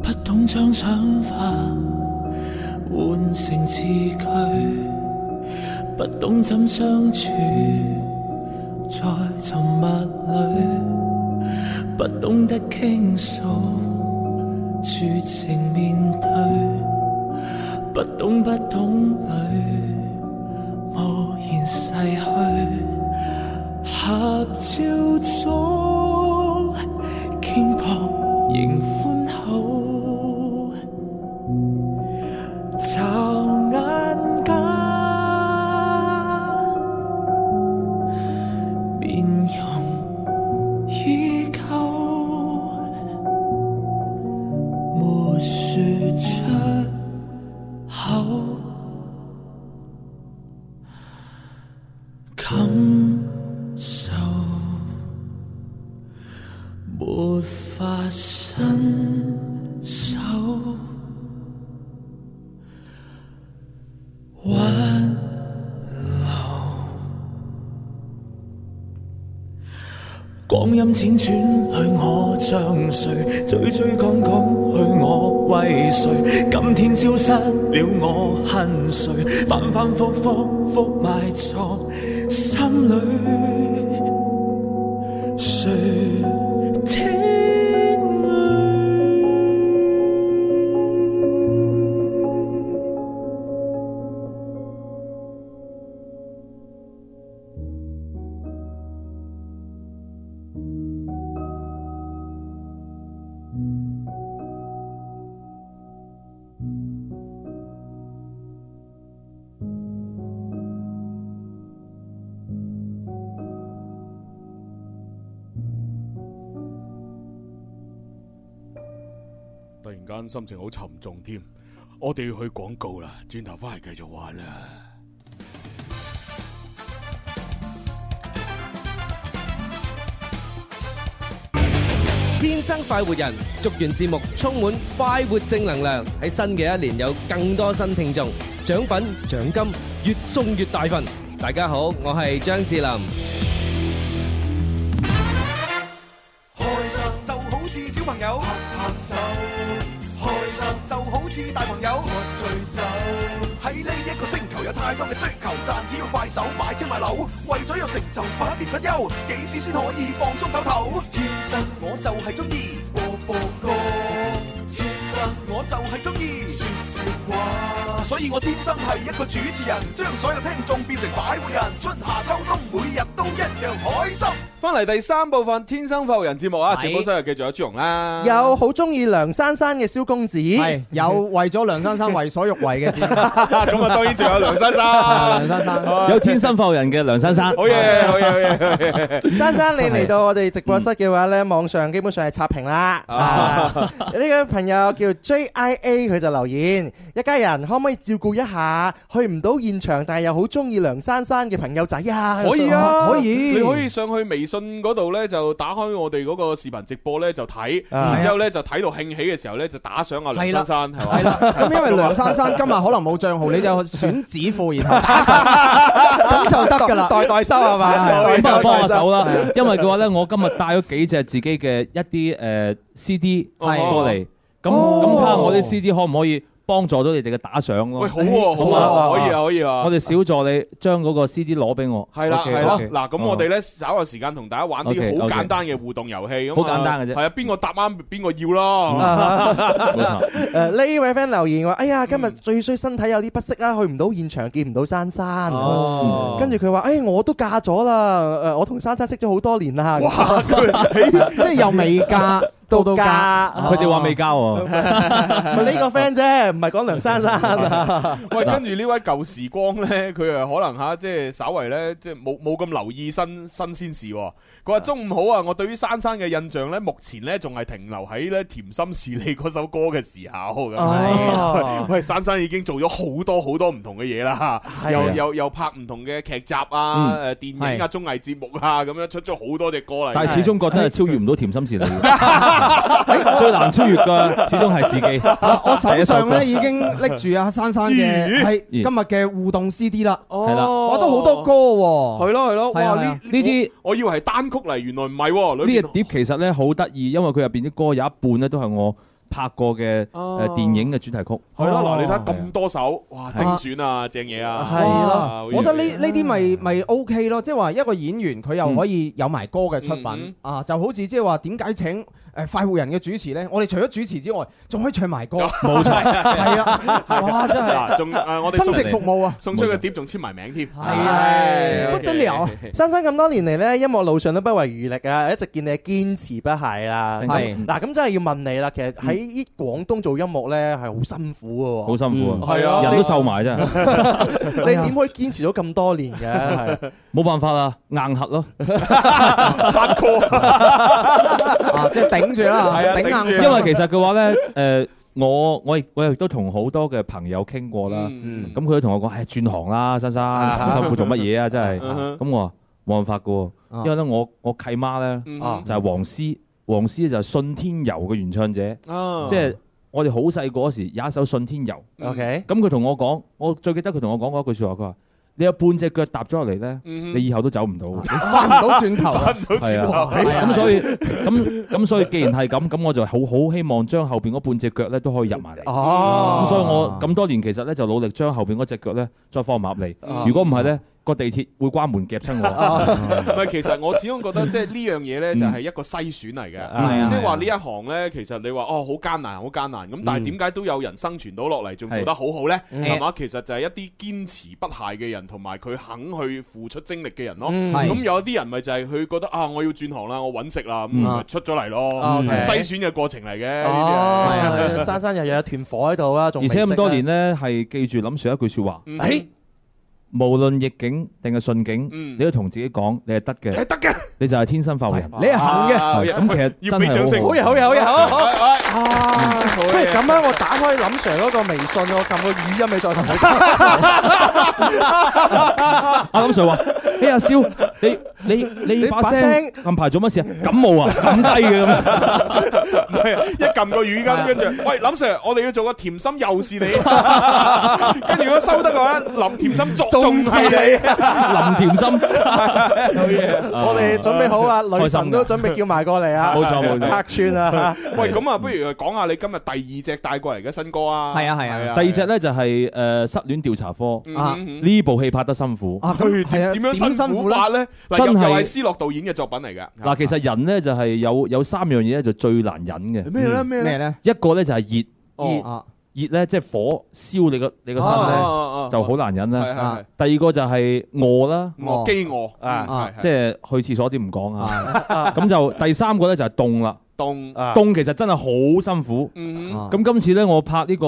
不懂將想法換成字句，不懂怎相處，在沉默裏，不懂得傾訴，絕情面對，不懂不懂裏，無言逝去。合照中，肩膊仍寬厚，眨眼間，面容依舊，沒說出口，感。受，沒法伸手，挽留。光陰輾轉去我將睡，追追趕趕去我為誰？今天消失了我恨誰？反反覆覆覆埋藏心裏。誰聽淚？
然間心情好沉重添。我哋要去廣告啦，轉頭翻嚟繼續玩啦。
天生快活人，祝願節目充滿快活正能量，喺新嘅一年有更多新聽眾，獎品獎金越送越大份。大家好，我係張智霖。
开心就好似小朋友拍拍手，开心就好似大朋友喝醉酒。喺呢一個星球有太多嘅追求，賺錢要快手買車買樓，為咗有成就百年不休，幾時先可以放鬆唞唞？天生我就係中意播播歌，天生我就係中意说笑話，所以我天生係一個主持人，將所有聽眾變成擺活人，春夏秋冬每日都一樣開心。
翻嚟第三部分《天生發育人》節目啊，
係
直播室又繼續有朱容啦，
有好中意梁珊珊嘅蕭公子，係
有為咗梁珊珊為所欲為嘅節 目，
咁啊當然仲有梁珊珊，
梁珊珊。
啊
有天生浮人嘅梁珊珊，
好嘢，好嘢，好嘢。
珊珊，你嚟到我哋直播室嘅話咧，網上基本上係刷屏啦。啊呢個朋友叫 JIA，佢就留言：一家人可唔可以照顧一下去唔到現場，但係又好中意梁珊珊嘅朋友仔啊？
可
哎
以啊，
可以
你可 以上去微信嗰度呢，就打開我哋嗰個視頻直播呢，就睇，
啊
然之後呢，就睇到興起嘅時候呢，就打賞阿梁珊珊，係嘛？
係啦，咁因為梁珊珊今日可能冇帳號，你就選指庫，然後打賞，咁就得 㗎啦。
代代收係嘛？代代
咁啊
收
幫下手啦
代代收，
因為嘅話咧，我今日帶咗幾隻自己嘅一啲誒 CD 過
係
嚟，咁
哦
咁睇下我啲 CD 可唔可以幫助到你哋嘅打賞咯
喂，？好喎，好
好
啊，
啊
可以啊，可以啊
我。哋小助理將嗰個 CD 攞俾我，
係啦，
OK，
係啦，
OK 哦
嗱，咁我哋咧稍有時間同大家玩啲
OK，
好
OK
簡單嘅互動遊戲咁啊，
好簡單嘅啫啊
係啊，邊個答啱邊個要咯。
冇
啊
錯
誒 呢位 friend 留言話：哎呀，今日最衰身體有啲不適啦，去唔到現場，見唔到珊珊。
哦
跟住佢話：哎，我都嫁咗啦，誒，我同珊珊識咗好多年啦。
啊
即係由未 嫁到到嫁，
佢哋話未交啊喎，
咪哦呢個 friend 啫，唔係講梁珊珊 啊。
喂，跟住呢位舊時光咧，佢啊可能吓即係稍為咧，即係冇冇咁留意新新鮮事喎。佢話中午好啊，我對於珊珊嘅印象咧，目前咧仲係停留喺咧《甜心是你》嗰首歌嘅時候咁。
哦
喂，珊珊已經做咗好多好多唔同嘅嘢啦，
係啊
又又又拍唔同嘅劇集啊、誒
嗯
電影啊、綜藝節目啊，咁樣出咗好多隻歌嚟。
但係始終覺得係超越唔到甜心是 你嘅， 最難超越嘅始終係自己。
我手上咧
第一
已經拎住阿珊珊嘅
啊咦哦
係今
咦
日嘅互動 CD 啦，
係啦
我都好多歌喎。
係咯係咯，
係啊係
哇！呢
啊
呢
呢啲
我以為係單曲嚟，原來唔係喎。裏
呢
邊
一碟其實咧好得意，因為佢入邊啲歌有一半咧都係我拍過嘅誒
哦
電影嘅主題曲。
係咯，嗱，你睇下
哦
咁多首，哇，精選啊，正嘢啊，
係咯
啊
我覺得呢呢啲咪咪 O K 咯，即係話一個演員佢又可以有埋歌嘅出
嗯
品啊，就好似即係話點解請誒快活人嘅主持咧？我哋除咗主持之外，仲可以唱 埋歌，冇錯，係啊，哇真係
嗱，仲誒我哋
增
送
值服務啊，
送出嘅碟仲簽埋名添，係
啊不得了
珊珊咁多年嚟咧，音樂路上都不遺餘力啊，一直見你係堅持不懈啦。
係啊嗯
嗱，咁真係要問你啦。其實喺廣東做音樂咧係好辛苦嘅
好
喎，
辛苦啊，
係啊，
人都瘦埋真係，
你點可以堅持咗咁多年嘅？係
冇辦法啊，硬 核咯。
發哥
啊，即係頂住啦
係啊，頂
頂
住
硬
因
上
為其實嘅話咧，誒我我亦我亦都同好多嘅朋友傾過啦，
嗯
咁佢都同我講，誒轉行啦，珊珊咁辛苦做乜嘢啊？真
嗯
係，咁我話冇辦法嘅喎，因為咧我我契媽咧
嗯
啊
就係黃絲，黃絲就係信天遊嘅原唱者，
啊
即係我哋好細個嗰時有一首信天遊。
OK，
咁佢同我講，我最記得佢同我講過一句説話，佢話：你有半隻腳踏咗落嚟咧，
嗯哼
你以後都走唔到。
翻唔到轉頭 啊，
係啊，咁所以咁咁所以，既然係咁，咁我就好好希望將後邊嗰半隻腳咧都可以入埋嚟。
哦，
咁所以我咁多年其實咧就努力將後邊嗰只腳咧再放埋入
哦
嚟。如果唔係咧，個地鐵會關門夾親我。
唔係，其實我始終覺得即係呢樣嘢咧，就係一個篩選嚟 嘅，
啊
即係話呢一行咧，其實你話哦好艱難，好艱
嗯
難，咁但係點解都有人生存到落嚟，仲做得好好咧？係嘛？其實就係一啲堅持不懈嘅人，同埋佢肯去付出精力嘅人咯。
嗯
係
咁有啲人咪就係佢覺得啊，我要轉行啦，我揾食啦，咁
嗯哦
咪出咗嚟咯，
OK
篩選嘅過程嚟嘅。呢
哦，珊珊又有一團火喺度啦，仲
而且咁多年
咧，
哎
咧係記住諗住一句説話：
啲係，
誒
無論逆境定係順境，
嗯
你都同自己講，你係得嘅，
係得嘅，
你就係天生發育人，
你係行嘅
係啊咁其實
要
真
俾掌
係
聲
好
好嘢，好嘢，好嘢，好好。
啊，
不如咁啊，我打開林 Sir 嗰個微信，我撳個語音你再同佢講。
阿林 Sir 話：，哎呀，蕭，你你你
你
把
把
聲
聲
近排做乜事啊？感冒啊，咁 低嘅咁。
唔係啊，一撳個語音，跟住喂林 Sir，我哋要做個甜心又是你，跟住如果收得嘅話，林甜心作仲
重視
係
你，
林甜心，
好嘢。
我哋準備好啊，女神都準備叫埋過嚟啊，
冇錯冇錯
客串 啊，
喂，咁啊，不如講下你今日第二隻帶過嚟嘅新歌啊？
係啊係啊
第二隻咧就係誒失戀調查科，
啊
呢
呢部戲拍得辛苦。
嗯佢
係啊
點樣
點
辛
辛
苦
苦呢
法咧？嗱，
真
又
係
又係思樂導演嘅作品嚟㗎。
嗱，其實人咧就係有有三樣嘢咧就最難忍嘅，
咩咧咩
咩
咧？
咧？
一個咧就係
哦
熱，熱熱咧即係火燒你個你個身咧
哦
就好啊難忍
係
啦。
係係，
第二個就係餓啦，
我飢餓
啊
啊，係
即
係
係去廁所啲唔講啊。咁就第三個咧就係凍啦，
凍。
啊
凍其實真係好辛苦。
嗯，
咁
咁今次咧我拍呢個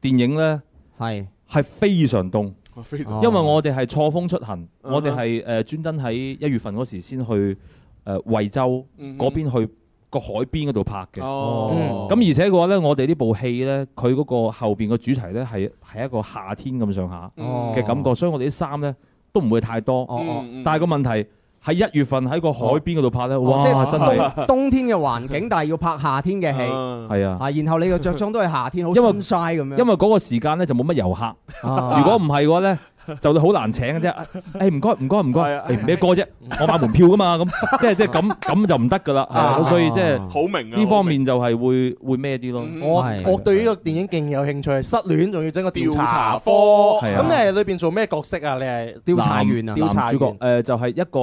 電影咧
係
係非常凍。
我非常
哦
因為我哋係錯峰出行，
嗯
我哋係誒專登喺一月份嗰時先去誒惠州
嗯
嗰邊去個海邊嗰度拍嘅。
哦，
咁而且嘅話呢，我哋呢部戲呢，佢嗰個後邊個主題呢，係係一個夏天咁上下
哦
嘅感覺，所以我哋啲衫呢都唔會太多。
哦
嗯
但係個問題喺一月份喺個海邊嗰度拍呢，哇！
哦即
真
係
係
冬冬天嘅環境，但係要拍夏天嘅戲，
嗯
係啊，
啊，然後你嘅着裝都係夏天，好
因為
sunshine 咁樣。啊
因為嗰個時間呢，就冇乜遊
啊
客。如
如
果唔係嘅話咧，就你好難請 嘅啫。誒唔該唔該唔該
係啊，
誒咩歌啫？我買門票噶 嘛，咁即係即係咁咁就唔得噶啦。係啊咁所以即係
好明啊
呢方面就係會會咩啲咯。
嗯
我
係
我對呢個電影勁有興趣，失戀仲要整個調
調
查
查
科。
科
係
咁
啊
你係裏邊做咩角色啊？你係
調查員啊
調查
男主角誒就係一個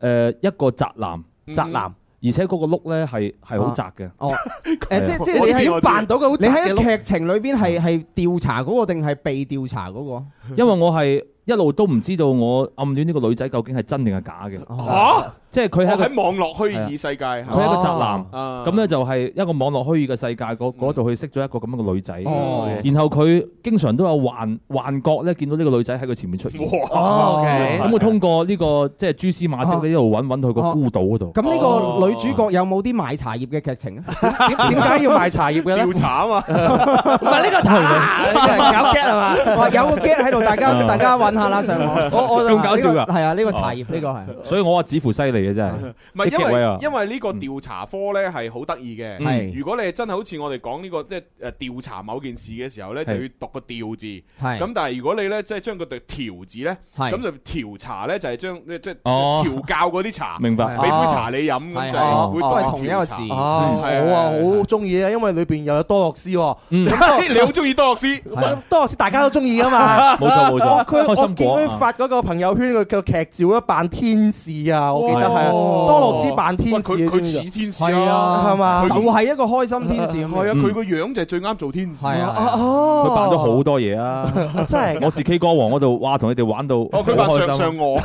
呃誒一個宅男，
宅男，
而且嗰個碌咧係係好窄嘅。
哦，誒，即係即係
我
你係
知我
點
知
扮到佢好
你
窄嘅碌？
喺劇情裏邊係
啊
係調查嗰個定係被調查嗰個？
因為我係一路都唔知道我暗戀呢個女仔究竟係真定係假嘅，
哦啊
啊
嚇，
即係
我
佢係一個
哦喺網絡虛擬世界，
佢係一個宅
哦
男。
啊
咁咧就係一個網絡虛擬嘅世界嗰嗰度去識咗一個咁樣嘅女仔，
哦
然後佢經常都有幻幻覺咧，見到呢個女仔喺佢前面出現。
哇，
哦，OK，
咁我通過呢個即係蛛絲馬跡呢一路揾揾佢個孤島嗰度。
咁呢個女主角有冇啲賣茶葉嘅劇情啊？
哦 點點解要賣茶 葉嘅咧？
調查啊嘛，
唔係呢個茶啊，你真係搞 get 係嘛？
哇哦有 個 get 喺度，大
啊
家大家揾下啦，上網。我我
咁搞笑㗎
呢個係啊，
哦
呢個茶葉呢個係。
所以我話子乎犀利嘅真係。
唔係因
激位啊
為因為呢個調查科咧係好得意嘅。
嗯
係
如果你係真係好似我哋講呢個即係誒調查某件事嘅時候咧，就
係
要讀個調字。
係
咁但係如果你咧即係將個對調字咧，
係
咁就調查咧就係將即係
哦
調教嗰啲茶，俾
明白
係啊
杯茶你飲咁就係會
都
讀
係
個
同一個
調
字
查。。
哦，
係係
我啊
係
好中意啊，因為裏邊又有多樂師喎。
嗯，
你好中意多樂師，
啊
係
多樂師大家都中意啊嘛。
冇 錯冇
我
錯，
哦佢我見
開心果
佢
啊。
發嗰個朋友圈佢個劇照咧扮天使啊，我記得係啊
哦
哇
多樂師扮天使
喂佢佢
添㗎
似天使
係
啊，
啊，
係嘛
就係一個開心天使咁
係啊，
樣。
嗯
佢個樣就係最啱做天使。
係啊，
哦
係啊
哦，
佢扮咗好多嘢啊！
真係㗎
我是 K 歌王嗰度，哇，同你哋玩到好
哦，佢話
開
上
心
上。 我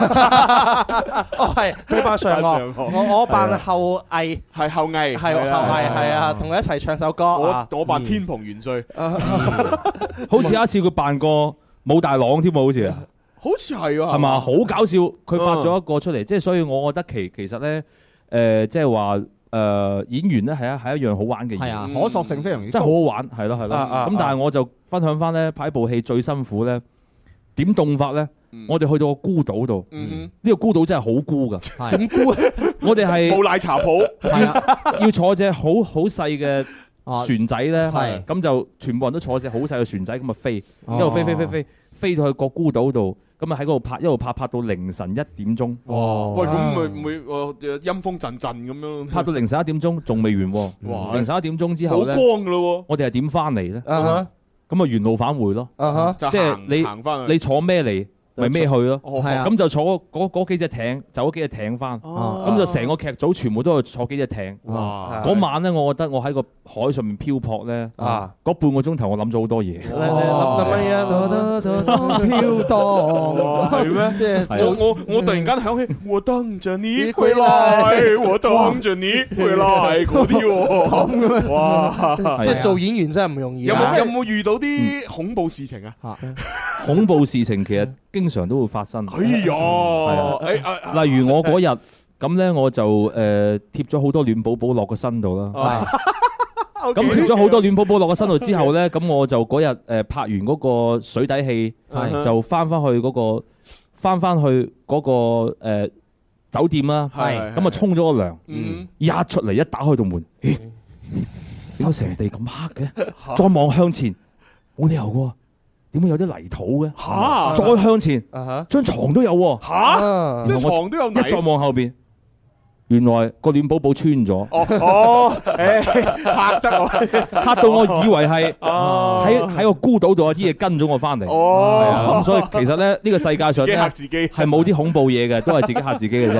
哦，係佢扮
扮
上
上
樂，我我
啊
扮後羿，
係後羿，
係後羿，係啊，同佢一齊唱首歌
我
啊。
我扮天蓬元帥，
好似有一次佢扮過武大郎添喎，好似啊。
好似係啊，
係嘛？好搞笑，佢發咗一個出嚟，即係所以我覺得其其實咧，誒、即係話誒演員咧係一係一樣好玩嘅
係
嘢，
啊，
嗯
可塑性非常之
真係
高
好。好玩，係咯係咯。咁、
啊啊
但係我就分享翻咧，拍部戲最辛苦咧，點凍法咧？
嗯
我哋去到個孤島度，呢、
嗯
個孤島真係好孤㗎。
係
我哋
哼，
係
冇奶茶鋪，
係啊，
要坐隻好好細嘅
啊
船仔咧，
係哦
咁就全部人都坐隻好細嘅船仔咁啊飛，一路飛飛飛飛飛到去個孤島度，咁啊喺嗰度拍，一路拍拍到凌晨一點鐘。
哦
喂，咁咪咪誒陰風陣陣咁樣，
拍到凌晨一點鐘仲未完
哇
喎，凌晨一點鐘之
好
後
光
咧，
噶咯
我哋係點翻嚟咧？
啊哈
咁啊原路返回咯，
啊哈
喎，就
即係
行
你
行翻去，
你坐咩嚟咪咩去咯，
哦
係啊
咁就坐嗰嗰幾隻艇，走嗰幾隻艇翻，
哦
咁就成個劇組全部都係坐幾隻艇。
哇
啊嗰晚咧，我覺得我喺個海上面漂泊咧，
啊！
嗰半個鐘頭我諗咗好多嘢。
你你諗諗乜嘢啊？
飄蕩。
係咩？
即係
係
我
啊嗯
我我突然間響起，我等着你回來，我等着你回 來嗰啲喎，哇！
係啊
嗯 即係做演員真係唔容易
有
啊
冇！有冇遇到啲恐怖事情啊？
恐怖事情其實經常都會發生。
哎呀
係啊例如我嗰日咁咧，我就誒貼咗好多暖寶寶落個身度
哦
啦。啊咁 貼咗好多暖寶寶落個身度之後咧，咁我就嗰日誒拍完嗰個水底戲
係，
就翻翻去嗰個翻翻去嗰個誒酒店啦。
係
咁啊，沖咗個涼。
嗯，
一出嚟一打開道門，咦？點解成地咁黑嘅？再望向前，冇理由喎，點會有啲泥土嘅？
嚇
再向前，
啊
張床都有喎。
吓，即係床都有泥
一再望後邊，原來個暖寶寶穿咗，
哦哦，誒嚇得我，
嚇到我以為係喺喺個孤島度有啲嘢跟咗我翻嚟。係啊
哦哦
咁，所以其實咧，呢個世界上
自己
咧
嚇自己哦
係冇啲恐怖嘢嘅，都係自己嚇自己嘅啫。係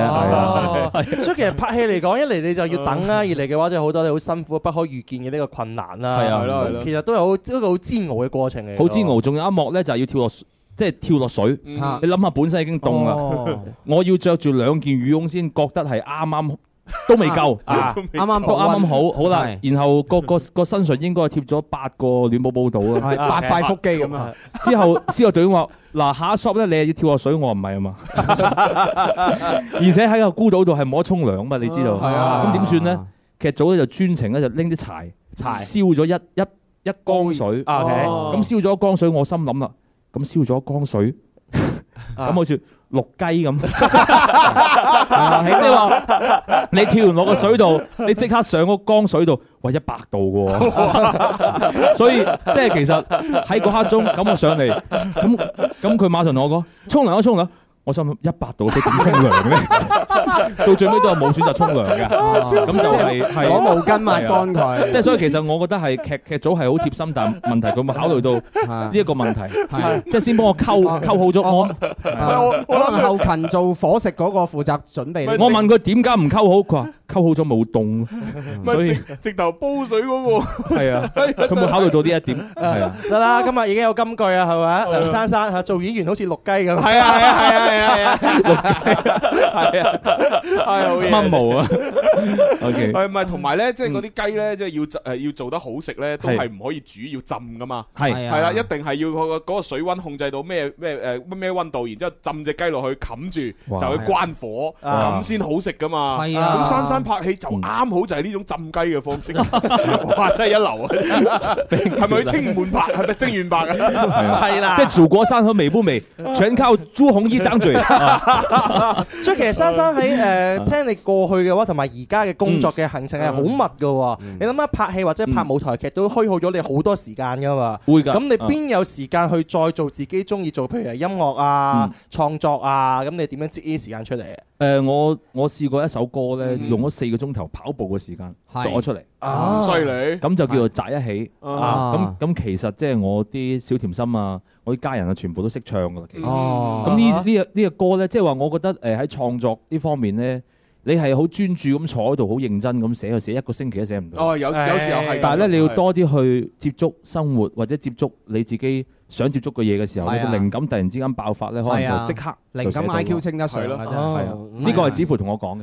哦
啊，
所以其實拍戲嚟講，一嚟你就要等啦，二嚟嘅話就好多你好辛苦、不可預見嘅呢個困難啦。
係啊係咯係咯
其實都係好一個好煎熬嘅過程嚟。
好煎熬。仲有一幕咧，就係要跳落水，即係跳落水。你
嗯
諗下，本身已經凍啦
哦，
我要着住兩件羽絨先覺得係啱啱。都未夠，
啊
都未
啱啱
都啱啱
保溫
好，好啦
係。
然後個個個身上應該係貼咗八個暖寶寶度啦，
係八塊腹肌咁啊。
之後 司個隊話：嗱，下一 shop 咧，你係要跳落水，我話唔係 啊嘛。而且喺個孤島度係冇得沖涼嘛，你知道？
係啊
咁點算咧？其實早咧就專程咧就拎啲柴，
柴
燒咗一一一缸水。哦
啊，OK
咁燒咗一缸水，我心諗啦，咁燒咗一缸水，
啊
咁好似淥雞咁。 啊即係話你跳完落個水度，你即刻上個缸水度，喂一百度嘅 喎，所以即係其實喺嗰刻鐘咁我上嚟，咁咁佢馬上同我講沖涼啊沖涼，我心諗一百度水點沖涼咧？ 到最尾都係冇選擇沖涼嘅，咁就係係
攞毛巾抹乾佢
即係所以其實我覺得係劇劇組係好貼心，但問題佢冇考慮到呢一個問題，即係先幫我溝溝好咗我。
我可能後勤做伙食嗰個負責準備。
我問佢點解唔溝好，佢話溝好咗冇凍，所以
啊直直頭煲水嗰個，
係啊，佢冇考慮到呢一點，係啊。
得
哦
啦，今日已經有金句啊，係咪啊？梁珊珊嚇做演員好似錄雞
係
咁。
啊係啊係啊係啊係啊。係啊，係好嘢。
掹毛啊 ，OK，
係唔係同埋咧，即係嗰啲雞咧，即係要做誒要做得好食咧，都係唔可以煮，要浸噶嘛。
係
係啦，一定係要個嗰個水温控制到咩咩誒咩咩温度，然之後浸只雞落去冚住，
哇
就去關火，
啊
咁先好食噶嘛。
係啊
咁珊珊拍戲就啱好就係呢種浸雞嘅方式。哇，真係一流啊！係咪去清門白？係咪清遠白啊？
係啦
即係祖國山河美不美，全靠朱紅一張嘴。
所以其實珊珊
嗯
喺誒呃聽你過去嘅話，同埋而家嘅工作嘅行程係好
嗯
密嘅喎。你諗下拍戲或者拍舞台劇都虛耗咗你好多時間㗎嘛。
會
嗯
㗎啊
咁你邊有時間去再做自己中意做，譬如係音樂
嗯
啊、創作啊，咁你點樣擠呢啲時間出嚟啊？
誒，我我試過一首歌咧，用咗四個鐘頭跑步嘅時間作咗出嚟，
咁犀利！
咁就叫做扎一起。
啊
咁咁其實即係我啲小甜心啊，我啲家人啊，全部都識唱噶啦。其實
哦
咁呢呢個呢個歌咧，即係話我覺得誒喺創作呢方面咧，你係好專注咁坐喺度，好認真咁寫，又寫一個星期都寫唔到。
哦，有有時候係咁。
但係咧，你要
係啊
多啲去接觸生活，或者接觸你自己想接觸嘅嘢嘅時候，你
係啊
嘅靈感突然之間爆發咧，可能
係啊
就即刻就
靈
寫
感
到啦
IQ 稱得上啊，真係
係啊呢個係子乎同我講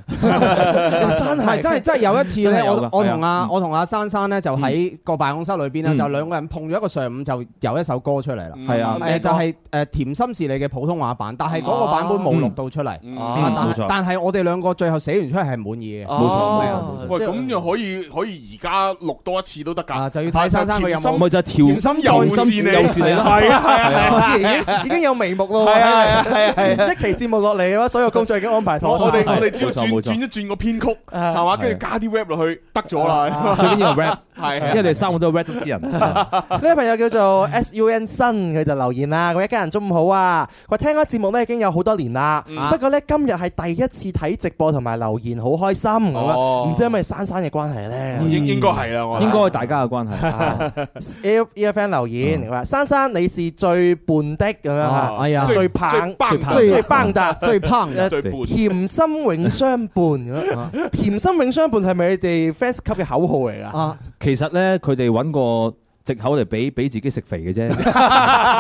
真
嘅，
係真係真係有一次
真
咧，
係有㗎
我我同
係
阿
啊
我同阿珊珊咧就喺個辦公室裏邊咧，
嗯
就兩個人碰咗一個上午，就有一首歌出嚟啦。
係啊，
誒就係誒甜心是你嘅普通話版，但係嗰個版本冇錄到出嚟。
嗯
啊但
冇
係
錯
但係我哋兩個最後寫完出嚟係滿意嘅。
冇錯冇錯。
喂，咁又可以可以而家錄多一次都得
啊
㗎。
就要睇珊珊佢有
咪
冇。
就係調
甜心
又
再
是你，
又是你啦
係啊係啊係啊！
已經已經有眉目咯喎， 嗯
係啊係啊係啊係
一期節目落嚟嘅話，所有工作已經安排
我
妥
我哋
曬。
我哋只要
冇錯
轉
冇錯
轉一轉個編曲，係嘛，跟住加啲 rap 落去，得咗 啦。
最緊要係 rap，
係啊
因為你哋三個都係 rap 之人。
呢位朋友叫做 S U N 新，佢就留言啦：，佢一家人中午好啊！佢話聽咗節目咧已經有好多年啦，不過咧今日係第一次睇直播同埋留言，好開心咁
哦嗯
樣。唔知係咪珊珊嘅關係咧
應應該係啦，我覺
應
得
該係大家嘅關係。
？E E F N 留言佢話：珊珊你是最伴的咁樣
哦哎呀
嚇，最棒
最棒
最
的
最棒的。
最烹
誒
最伴
甜心永相伴咁樣，甜心永相伴係咪你哋 fans 級嘅口號嚟㗎？
啊！
其實咧，佢哋揾個藉口嚟俾 俾自己食肥嘅啫，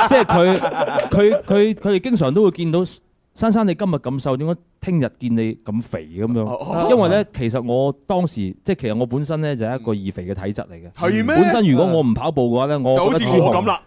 即係佢佢佢佢哋經常都會見到珊珊你今日咁瘦，點解聽日見你咁肥咁
哦
樣？因為咧，其實我當時即係其實我本身咧就係一個易肥嘅體質嚟嘅。
係咩
本身如果我唔跑步嘅話咧，我
就好似
覺得
我
朱紅
咁啦。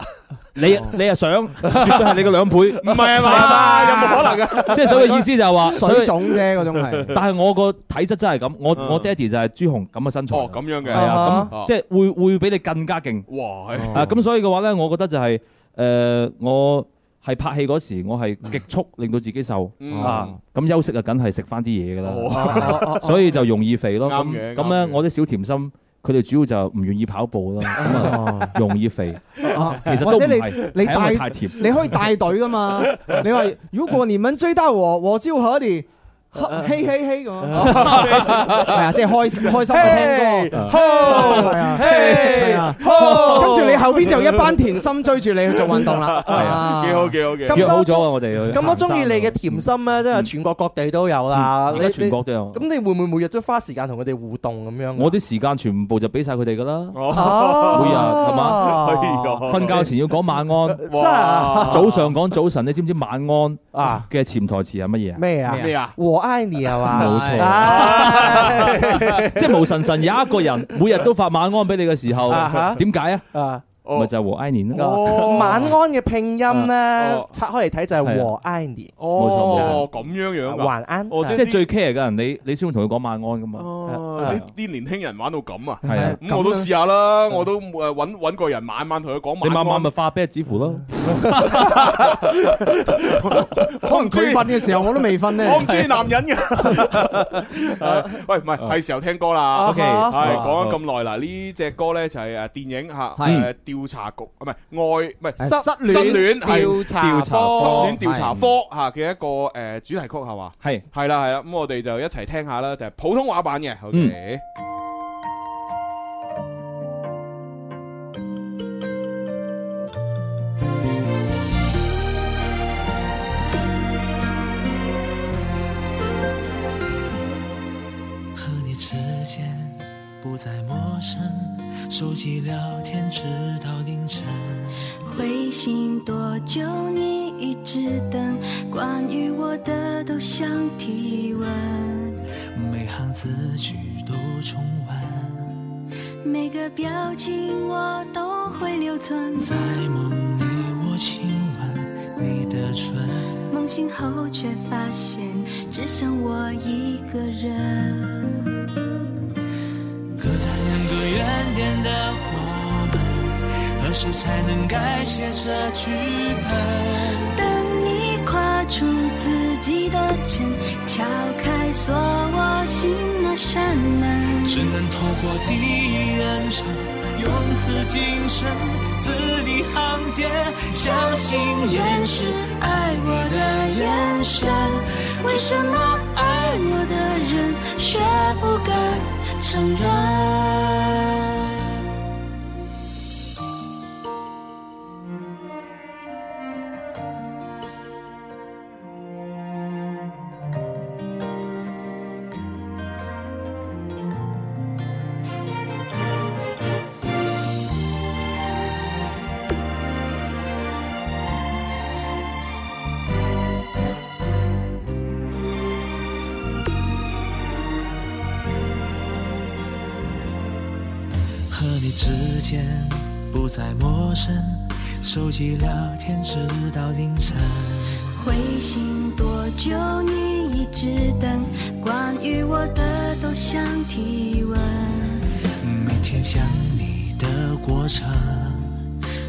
你你係想， 絕對係你嘅兩倍。唔
係啊嘛有冇可能啊
即係所以意思就係話
水腫啫嗰種係
但係我個體質真係咁，我
嗯
我爹哋就係朱紅咁嘅身材。
哦咁樣嘅
係啊，
啊
咁即係會會比你更加勁。
哇係
哦
啊，咁所以嘅話咧，我覺得就係誒我。係拍戲嗰時，我係極速令到自己瘦
嗯
啊！咁休息啊，梗係食翻啲嘢㗎
哦
啦，所以就容易肥咯。咁
啱嘅
咁咧，我啲小甜心佢哋主要就唔願意跑步咯，咁 啊容易肥。其
啊
實
或
都唔
者你
係，
你
係因為
帶
太甜。
你可以帶隊噶嘛？你話如果過年蚊追得我，我招可 啲。
呃
嘿嘿嘿咁， 係啊，即係開開心地聽歌，係啊，係啊，跟住你後邊就一班甜心追住你去做運動 啦，係啊，
幾好幾好嘅。
約好咗啊，我哋去
咁我
行山
中意你嘅甜心咧，真係全國各地都有啦。
嗯
你
而家
你
全國都有
咁你會唔會每日都花時間同佢哋互動咁樣？啊
我啲時間全部就俾晒佢哋噶啦，
哦
每日啊係嘛？
哎呀
瞓覺前要講晚安，
真係
哦
啊
早上講早晨，你知唔知晚安
啊
嘅潛台詞係乜嘢啊？
咩啊？
咩啊？
和 I 你係嘛？
冇錯
唉
即係無神神有一個人每日都發晚安俾你嘅時候
啊哈，
點解啊？
啊！
咪就係和哀年咯。
哦
晚安嘅拼音咧
哦，
拆開嚟睇
啊
就係和 I 你，
哦，咁樣樣㗎。
還安。
哦
即係最 care 嘅人，你你先會同佢講晚安噶嘛？
哦，呢啲年輕人玩到咁啊！
係啊，
咁我都試下啦，我都誒揾揾個人晚晚同佢
你
講
晚
晚
晚
安
咪，發啤子符咯。
可
可能
能中
佢
意
瞓嘅時候我都未瞓咧，
我唔中意男人嘅。喂， 唔係，係時候聽歌
啊
啦。
OK，
係
好
講咗咁耐啦，呢只歌咧就係誒電影嚇誒調查局，唔係愛唔係
失
失戀係
調查
調查科
失
科
戀調查科嚇嘅一個誒主題曲係嘛？
係
係啦係啦，咁我哋就一齊聽下啦，就係普通話版嘅。OK，
和你之间不再陌生，手机聊天直到凌晨。
回信多久你一直等？关于我的都想提问，
每行字句都重温，
每个表情我都会留存。
在梦里我亲吻你的唇，
梦醒后却发现只剩我一个人。
隔在两个原点的我们，何时才能改写这剧本？
当你跨出自己的城，敲开锁我心那扇门。
只能透过第一人称，用此今生字里行间，相信掩饰爱你的眼神。
为什么爱我的人却不敢承认？
和你之间不再陌生，手机聊天直到凌晨。
回信多久你一直等？关于我的都想提问，
每天想你的过程，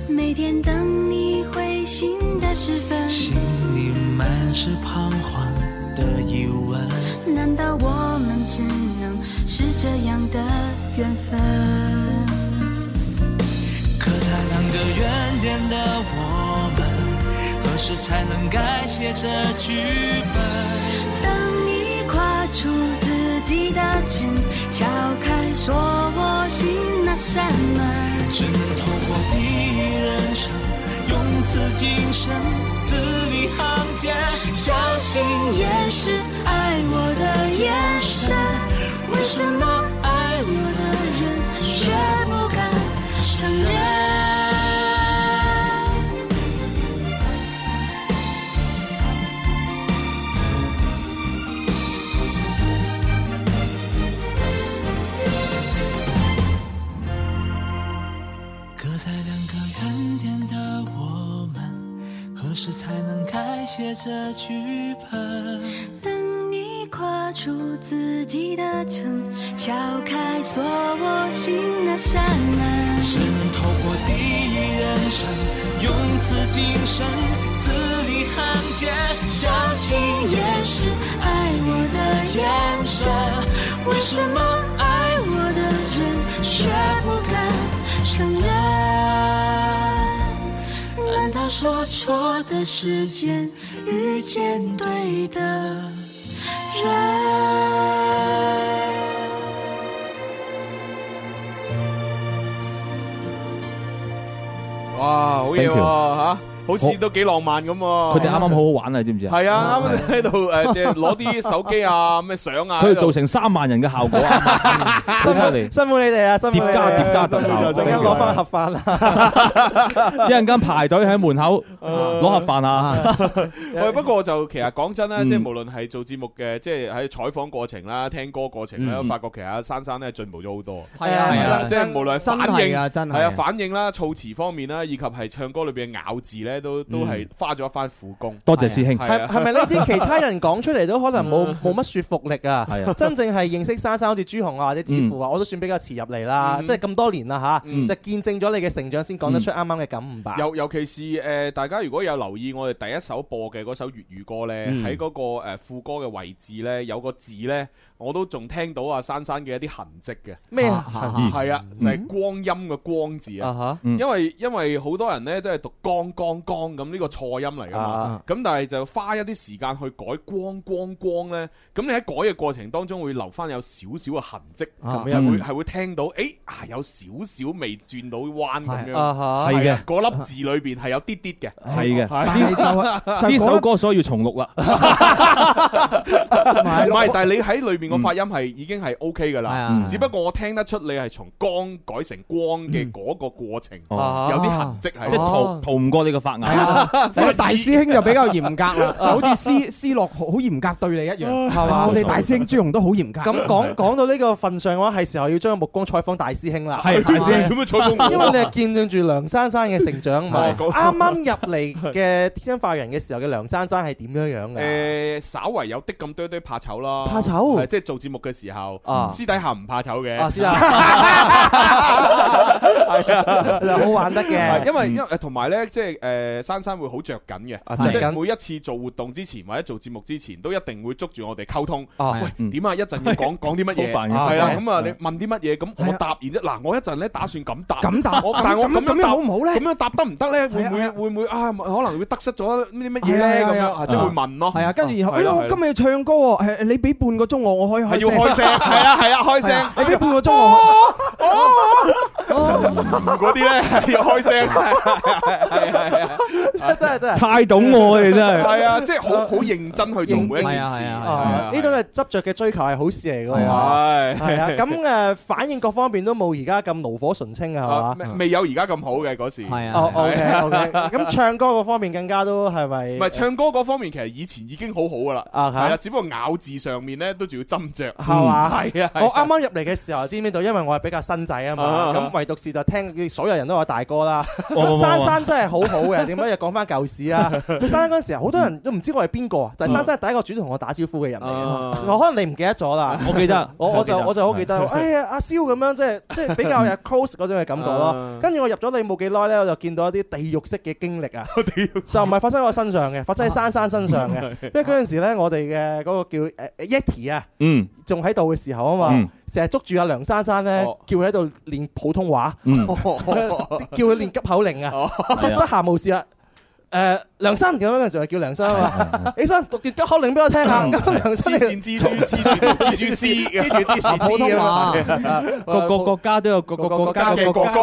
每天等你回信的时分，
心里满是彷徨的疑问。
难道我们只能是这样的缘分？
可在两个原点的我们，何时才能改写这剧本？
当你跨出自己的城，敲开锁我心那扇门。
只能透过第一人称，用此今生字里行间，相信
掩
掩
饰
饰
爱
爱
我
我
的
的
眼
眼
神
神。
为什么爱我的人却不敢承认？时才能改写这剧本。
等你跨出自己的城，敲开锁我心的山门。
只能透过第一人称，用此精神字里行间，相信也是爱我的眼神。为什么爱我的人却不敢承认？难道说错的时间遇见对的人？
哇，好嘢
Thank
喎
you
吓，好似都幾浪漫咁喎。
佢哋啱啱好好玩啊，知唔知啊？
係啊，啱啱喺度诶，即係攞啲手機啊，咩相啊，
佢哋
喺度
做成三萬人嘅效果啊，真犀利！
辛苦你哋啊，辛苦你
疊加疊
哋啊。
加特效，
陣間攞翻盒飯啊啦，
一陣間排隊喺門口攞盒飯啊！
喂，不過就其實講真啦，即係
嗯
無論係做節目嘅，即係喺採訪過程啦、聽歌過程啦，
嗯嗯
發覺其實阿珊珊咧進步咗好多。
係啊係啊
即係無論係
真
反
係
應
啊真係
係啊反應啦、措辭方面啦，以及係唱歌裏邊嘅咬字咧，都
嗯
都係花咗一番苦功。
多謝師兄，
係
係
啊
係咪呢啲其他人講出嚟都可能冇冇乜說服力啊？
係啊，
真正係認識珊珊，好似朱紅啊或者子富啊，我都算比較遲入嚟啦，
嗯
即係咁多年啦
嗯
吓，就見證咗你嘅成長，先講得出啱啱嘅感悟吧。
尤尤其是誒、呃大家如果有留意我哋第一首播嘅嗰首粵語歌呢，
嗯
喺嗰、個、呃、副歌嘅位置呢，有個字呢，我都仲聽到阿珊珊嘅一啲痕跡嘅，
咩 啊？
咦
係啊，
嗯
就係、光陰嘅光字啊。
啊
嗯
因為因為好多人呢都係讀光光光咁呢個錯音嚟噶嘛
啊，
咁、但係就花一啲時間去改光光光呢。咁你喺改嘅過程當中會留翻有少少嘅痕跡，
啊
係、會
嗯
係會聽到，誒、啊有少少未轉到彎咁
嚇
樣。
啊哈
係嘅
啊嗰粒字裏邊係有啲啲嘅。
係嘅。
但係就係
呢
就
首歌所以要重錄啦，
唔
唔係，
係
但係你喺裏邊個發音係已經係 O K 噶
係
嗯
啦，
啊，
只不過我聽得出你係從光改成光嘅嗰個過程，有
嗯哦
啲痕跡
即係
喺。
逃逃唔過你嘅法
係
眼。
啊，我哋大師兄就比較嚴格啦，好似思思樂好好嚴格對你 一樣，係嘛？我哋大師兄朱紅都好嚴格。
咁講講到呢個份上嘅話，係時候要將目光採訪大師兄啦。
係大師
點樣採訪
因為你係見證住梁珊珊嘅成長嘛，
係咁
啱啱入嚟嘅天生化人嘅時候嘅梁珊珊係點樣樣嘅？
誒，稍為有啲咁堆堆怕醜啦，
怕醜
係即係做節目嘅時候
啊，
私底下唔怕醜嘅，
啊， 師啊，好玩得
係
嘅，
因為因為同埋呢，即係誒珊珊會好着緊
啊
嘅，即
着緊
係每一次做活動之前或者做節目之前，都一定會捉住我哋溝通。
啊
嗯
點啊？一陣要講講啲乜嘢？
好煩嘅
係啦，
係
咁啊，你問啲乜嘢？咁
係
我
啊
答，然之後嗱，我一陣咧打算咁答，
咁答
我但係我
咁
咁樣
咁樣
答
好唔好
咁
咧？
樣答得唔得咧？會唔
係
會
啊
會唔會啊？可能會得失咗啲乜嘢
係啊係啊係
咧？咁樣
啊
啊，即係會問咯。
係啊，跟住然後，哎
係
呀，
啦係
我
啦
今日要唱歌喎，係你俾半個鐘我，我可以
係
開
要
聲。
開聲，係啊係啊，開
係
聲
啊你俾半個鐘我，
嗰啲 咧要開聲，
啊
係係係啊
真係真係。
太懂我你真係，
係啊，即係好好認真去做每一件
認係
事。
啊係啊係
啊呢種嘅執着嘅追求係好事嚟㗎喎。係啊，
係
咁誒反應各方面都冇而家咁爐火純青啊，係嘛？
未未有而家咁好嘅嗰時。
係
哦
啊，
，OK OK，咁唱歌嗰方面更加都係咪？
唔係唱歌嗰方面，其實以前已經好好噶啦，
啊
係啦，
嚇
只不過咬字上面咧都仲要斟酌。
係嘛？
係啊，
我啱啱入嚟嘅時候，知唔知道？因為我係比較新仔啊
啊
嘛，咁唯獨是就聽所有人都話大哥啦。
哇
咁珊珊真係好好嘅，點解又講翻舊事啊？佢珊珊嗰陣時，好多人都唔知我係邊個，但係珊珊係第一個主動同我打招呼嘅人嚟
啊
嘅。我可能你唔記得咗啦，
我記得，
我我就
記得
我就好記得，哎呀阿蕭咁樣，即係 即係比較有 close 嗰種嘅感覺
啊
咯。跟住我入咗你冇幾耐咧，我就見到一啲地獄式嘅經 歷啊，就唔係發生喺我身上嘅，發生喺珊珊身上嘅。因為嗰陣時咧，我哋嘅嗰個叫誒 Yeti 啊。
嗯
仲喺度嘅時候啊
嗯
嘛，成日捉住阿梁珊珊咧
哦，
叫佢喺度練普通話，
嗯，
叫佢練急口令啊，即係
係
得
啊
閒無事啊。誒梁生咁樣就係叫梁生啊
係啊係
嘛，起身讀段急口令俾我聽下，咁梁生
黐線 蜘蛛、黐住蜘蛛絲嘅，
住啲啊
普通話
Ờ,
各個國家都有各個國家嘅國歌。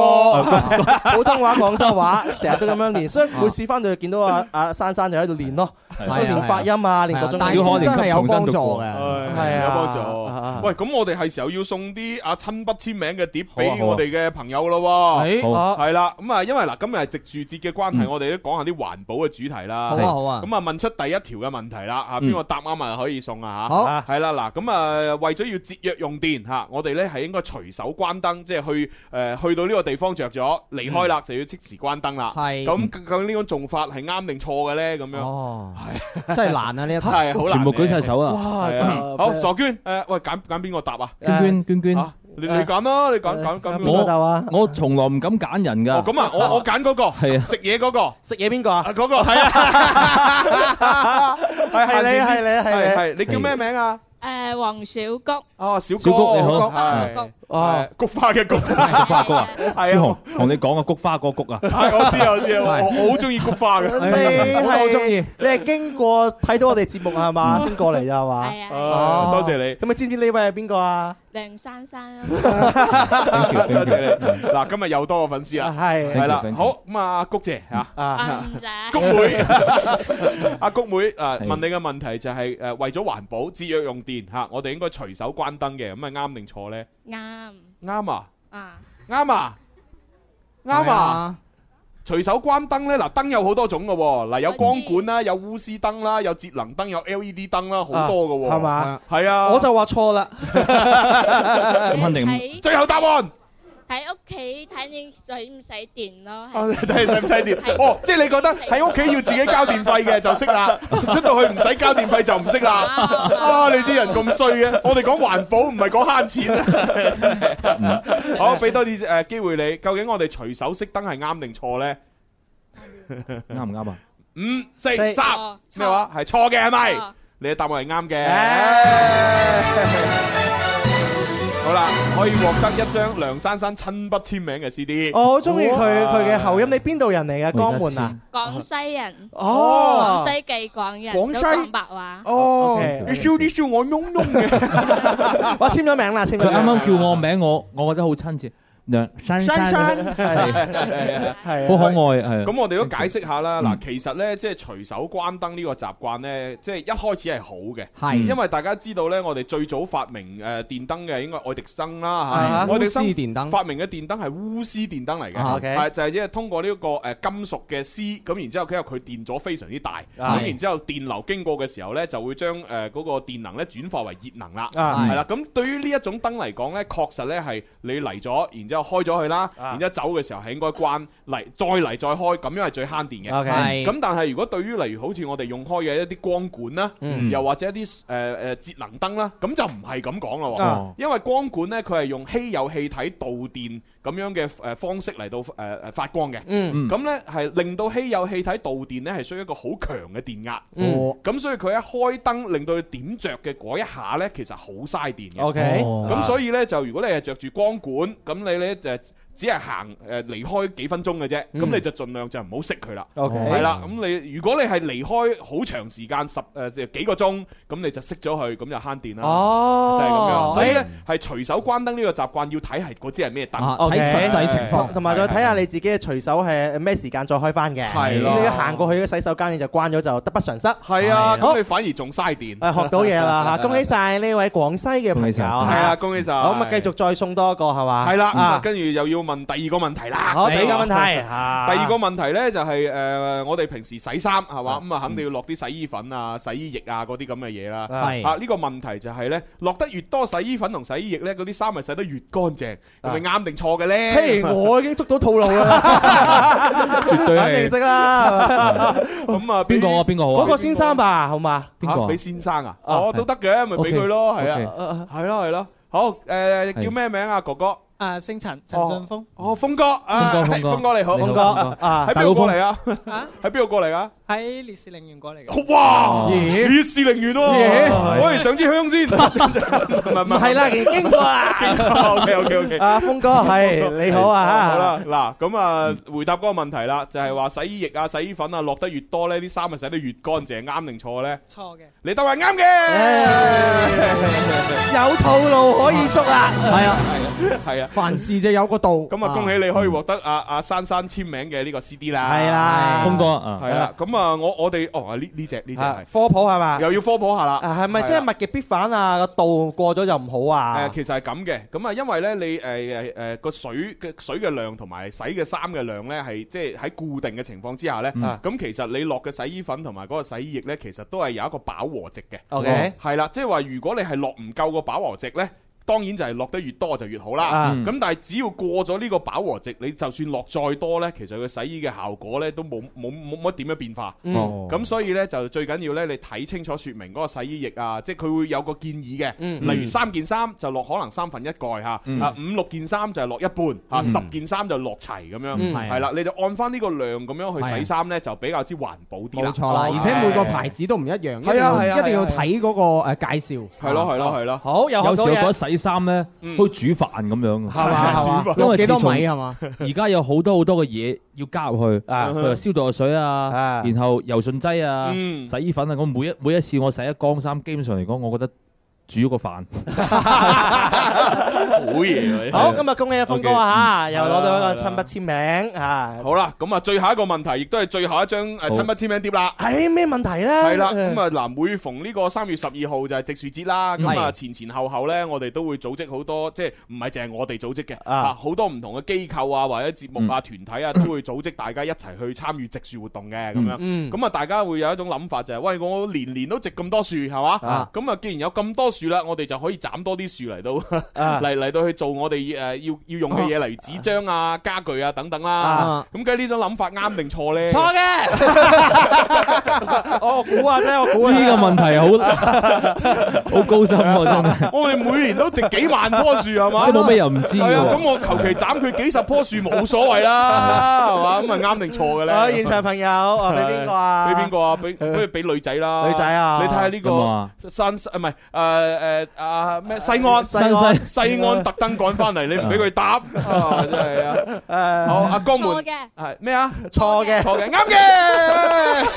歌，普通話廣州話，成日都咁樣練，所以每次翻到去見到阿阿珊珊就喺度練咯，啊連發音啊，連各種
但係都真係有幫助嘅，
係
係啊
有幫助
啊啊。
喂，咁我哋係時候要送啲啊親筆簽名嘅碟俾
好啊好啊
我哋嘅朋友咯喎。
誒
好
啊
係啦，咁啊，因為嗱，今日係植樹節嘅關係，
嗯
我哋都講下啲環保嘅主題啦。
好啊好啊
咁啊，問出第一條嘅問題啦，嚇
嗯
邊個答啱啊可以送啊嚇。
好
啊係啦，嗱，咁啊，為咗要節約用電嚇，我哋咧係應該隨手關燈，即係去誒去到呢個地方着咗，離開啦就要即時關燈啦。
係
咁究竟呢種做法係啱定錯嘅咧？咁樣
哦，真係 難啊呢一題。
係好難嘅。
全部舉晒手啊！
哇
係 啊！好，傻娟，誒，喂，揀揀邊個答啊？
娟娟娟娟
啊，，你你揀啦，你揀揀揀邊
我
個？
答啊，
我從來唔敢揀人
哦，
㗎。
咁啊，我我揀嗰個，
係啊，
食嘢嗰個，
食嘢邊 個啊？
啊嗰個係啊，係
係你係你係你
係你叫咩名啊？
诶，黄小 谷，
啊，小谷，
小谷你好
小
花個
係
谷，
哦，
係菊花嘅菊，
菊花哥啊，
係
朱
啊
紅，同你講啊，菊花個菊啊，
係我知啊我知啊，我我好中意菊花
你
嘅。
係
我好鍾意
你係經過睇到我哋節目啊係嘛，先過嚟咋係嘛？
係啊，
啊多謝你。
咁你知唔知呢位係邊個啊？
梁 珊珊啊，
thank you，thank you
多 謝你。嗱，今日又多個粉絲
啊
啦，
係
you，
係啦
thank，you
好咁啊，谷姐啊。
啊，
啱仔
谷妹，阿谷妹啊，
係
問你嘅問題就係誒為咗環保節約用電嚇，我哋應該隨手關燈嘅，咁係啱定錯咧？
啱
啱啊，
啊，
啱啊，啱啊！，隨手關燈咧，嗱燈有好多種嘅喎，嗱有光管啦，有鎢絲燈啦，有節能燈，有 LED 燈啦，好多嘅喎，
係？嘛？
係啊，
我就話錯啦，
咁肯定唔
睇
最後答案，
喺屋企睇你使唔使電咯，
睇
係
哦你使唔使電？
係
哦，即係你覺得喺屋企要自己交電費嘅就識 啦，出到去唔使交電費就唔識啦。啊！你啲人咁衰嘅，我哋講環保唔係講慳錢啊！ 好，俾多啲誒機會你，究竟我哋隨手熄燈係啱定錯咧？
啱唔啱啊？
五、四、
四
三，
哦錯哦
咩話？係錯嘅係咪
錯？
你嘅答案係啱嘅。
唉
好啦，可以獲得一張梁珊珊親筆簽名嘅 CD。
我好中意佢
哇
佢嘅口音。你邊度人嚟嘅？
我
江
而
門
家
啊？
廣西人，
哦
廣西嘅廣人
廣西
都講白話，
哦
OK，
你笑啲笑我嗡嗡 嘅，
我簽咗名啦，簽咗
佢
名啦。
啱啱叫我名，我我覺得好親切，梁珊
珊
珊，
珊。
係係
好可
啊
愛係。
咁我哋都解釋下啦。嗱，
嗯
其實呢，即係隨手關燈呢個習慣呢，即係一開始係好嘅，
係
因為大家知道呢，我哋最早發明誒電燈嘅應該係愛迪生啦嚇，
啊
愛
我
迪
哋
生。
電燈，
發明嘅電燈係鎢絲電燈嚟
啊
嘅，
，OK
係就係即係通過呢個誒金屬嘅絲，咁然之後佢佢電阻非常之大，
啊
咁然之後電流經過嘅時候呢，就會將誒嗰個電能呢轉化為熱能啦。
啊
係啦，咁對於呢一種燈嚟講呢，確實呢係你嚟咗，然之後開咗佢啦，
啊
然之後走嘅時候係應該關嚟，再嚟再開，咁樣係最慳電嘅。
，OK，
係
咁但係如果對於例如好似我哋用開嘅一啲光管啦，
嗯
又或者一啲誒誒節能燈啦，咁就唔係咁講咯喎。
啊
哦
因為光管呢，佢係用稀有氣體導電咁樣嘅誒方式嚟到誒誒發光嘅。
嗯
嗯
咁呢係令到稀有氣體導電呢係需要一個好強嘅電壓。
ừ.
嗯
咁所以佢一開燈令到佢點着嘅嗰一下呢，其實好嘥電嘅。
，OK，
哦
咁所以呢，就如果你係着住光管，咁你呢就只係行誒離開幾分鐘嘅啫，咁
嗯
你就盡量就唔好熄佢啦。
OK，
係啦，咁你如果你係離開好長時間十誒即係幾個鐘，咁你就熄咗佢，咁就慳電啦。
哦，
就係咁樣，所以
誒
呢，係隨手關燈呢個習慣要睇係嗰支係咩燈。
啊
OK
睇實際情況
同同埋再睇下你自己嘅隨手係咩時間再開翻嘅，
係咯
咁你一行過去嘅洗手間你就關咗就得不償失。
係啊，
係
咁你反而仲嘥電。
誒學到嘢 啦嚇，
Ờ.
恭喜晒呢位廣西嘅朋
恭
友
喜晒
嚇。
係啊，恭喜晒。
好咁啊，繼續再送多一個係嘛？
係啦，
嗯
咁啊
啊，
跟住又要問第二個問題啦。
好第二個問題
第
啊
嚇，
二個問題呢，就係誒，我哋平時洗衫係嘛，
嗯
咁啊肯定要落啲洗衣粉啊、洗衣液啊嗰啲咁嘅嘢
嗯
啦。
係
啊，呢個問題就係呢，落得越多洗衣粉同洗衣液呢，嗰啲衫咪洗得越乾淨，係咪
啊
啱定錯嘅呢？
嘿，我已經捉到套路啦，
絕對
肯定
係
識啦。
Ờ.
咁啊，俾
邊個啊？邊個好
嗰
啊？
個先生吧，好嘛？
邊個
嚇
啊
俾？先生啊？
啊
哦，都得嘅，咪俾佢咯，係啊
OK。
誒
系咯系咯，好诶，
係
叫咩名啊？哥哥，
啊，姓陳，陳
哦
俊峰，
哦，峰哥，啊
峰哥
係
峰哥
峰哥你好，
你好
峰哥
峰哥
啊
喺，邊
大
度
佬
過
峰
嚟啊？
啊
喺邊度過嚟啊？
喺烈士陵園過嚟嘅。
哇，
咦
烈士陵園喎，我哋上支 香先，唔係唔
唔 係啦，已經經過啦。
，OK OK OK。
啊，峰哥係你 好啊
好啦，嗱咁啊，回答嗰個問題啦，就係話洗衣液啊、洗衣粉啊落得越多呢，啲衫咪洗得越乾淨，啱定錯呢？
錯嘅，
你答係啱嘅。
有套路可以捉啦。
係啊，
系啊。
凡事就有個度。
咁啊，恭喜你可以獲得阿阿珊珊簽名嘅呢個 CD 啦。
係啦
峰哥啊
係啦。咁啊，我我哋哦呢呢只呢只
啊
係
科普係嘛？
又要科普下啦。
啊，係咪即
係
係
啦
物極必反啊？個度過咗就唔好啊
誒？其實係咁嘅，咁啊，因為咧你誒誒誒個水嘅水嘅量同埋洗嘅衫嘅量咧，係即係喺固定嘅情況之下咧，
嗯
咁其實你落嘅洗衣粉同埋嗰個洗衣液咧，其實都係有一個飽和值嘅。
OK
係啦，即係話如果你係落唔夠個飽和值咧。當然就係落得越多就越好啦，
啊
咁、但係只要過咗呢個飽和值，你就算落再多呢，其實佢洗衣嘅效果呢都冇冇冇乜點樣變化。
嗯
哦
咁所以咧就最緊要咧，你睇清楚説明嗰個洗衣液啊，即係佢會有個建議嘅，
嗯
例如三件衫就落可能三分一蓋嚇，
嗯
啊五六件衫就係落一半嚇，十件衫就落齊咁樣，
嗯係啊
係啦，你就按翻呢個量咁樣
係
去
啊
洗衫咧，就比較之環保啲啦
冇。錯啦，
哦
而且每個牌子都唔一樣，一定
係啊係啊
要一定要
係啊
睇嗰個誒介紹。
係咯係咯 係咯，
好，又學
有時
到
我覺得
嘢，
洗衫咧，
嗯
好似煮飯咁樣
係嘛係嘛
嘅，因
落
為
哦幾
自
多
從
米係嘛？
而家有好多好多嘅嘢要加入去，
啊
譬如消毒藥水啊
啊，
然後柔順劑啊，
嗯
洗衣粉啊，咁每一每一次我洗一缸衫，基本上嚟講，我覺得煮個飯。
好嘢啊
好，
喎。
今日恭喜阿峰哥啊嚇，又攞到一
係啦
個親筆簽名嚇。
好啦，咁啊，最後一個問題，亦都係最後一張誒
好
親筆簽名碟啦。
係咩問題咧？
係啦，
嗯
咁啊嗱，每逢呢個三月十二號就係植樹節啦，咁啊前前後後呢，我哋都會組織好多，即係唔係淨係我哋組織嘅，
啊嗯
啊好多唔同嘅機構啊或者節目啊團 體啊都會組織大家一齊去參與植樹活動嘅咁樣。
嗯，
咁啊，大家會有一種諗法就係，喂，我年年都植咁多樹，係嘛
啊？
咁啊，既然有咁多樹啦，我哋就可以斬多啲樹嚟到
啊
嚟嚟到去做我哋誒要要用嘅嘢，例如紙張啊、家具啊等等啦
啊。
咁梗係呢種諗法啱定錯呢？
錯 嘅，我估啊，真係我估啊，
呢個問題好好高深喎，真係，
我哋每年都植幾萬棵樹係嘛？
即係冇咩人唔知
係
嘅
啊，咁
喎。
我求其斬佢幾十棵樹冇所 謂啦，係嘛？咁咪啱定錯嘅
啊，
咧？
現場朋友，啊，俾邊個啊？
俾邊？個啊？俾不如俾女仔啦，
女仔啊
你睇下呢
咁啊
個山啊，唔係誒誒啊咩西安
西安
西安特登趕翻嚟，你唔俾佢答啊！真係 啊！
Ờ.
好阿江
錯
門
嘅，
係咩啊？
錯嘅，
錯嘅，啱嘅。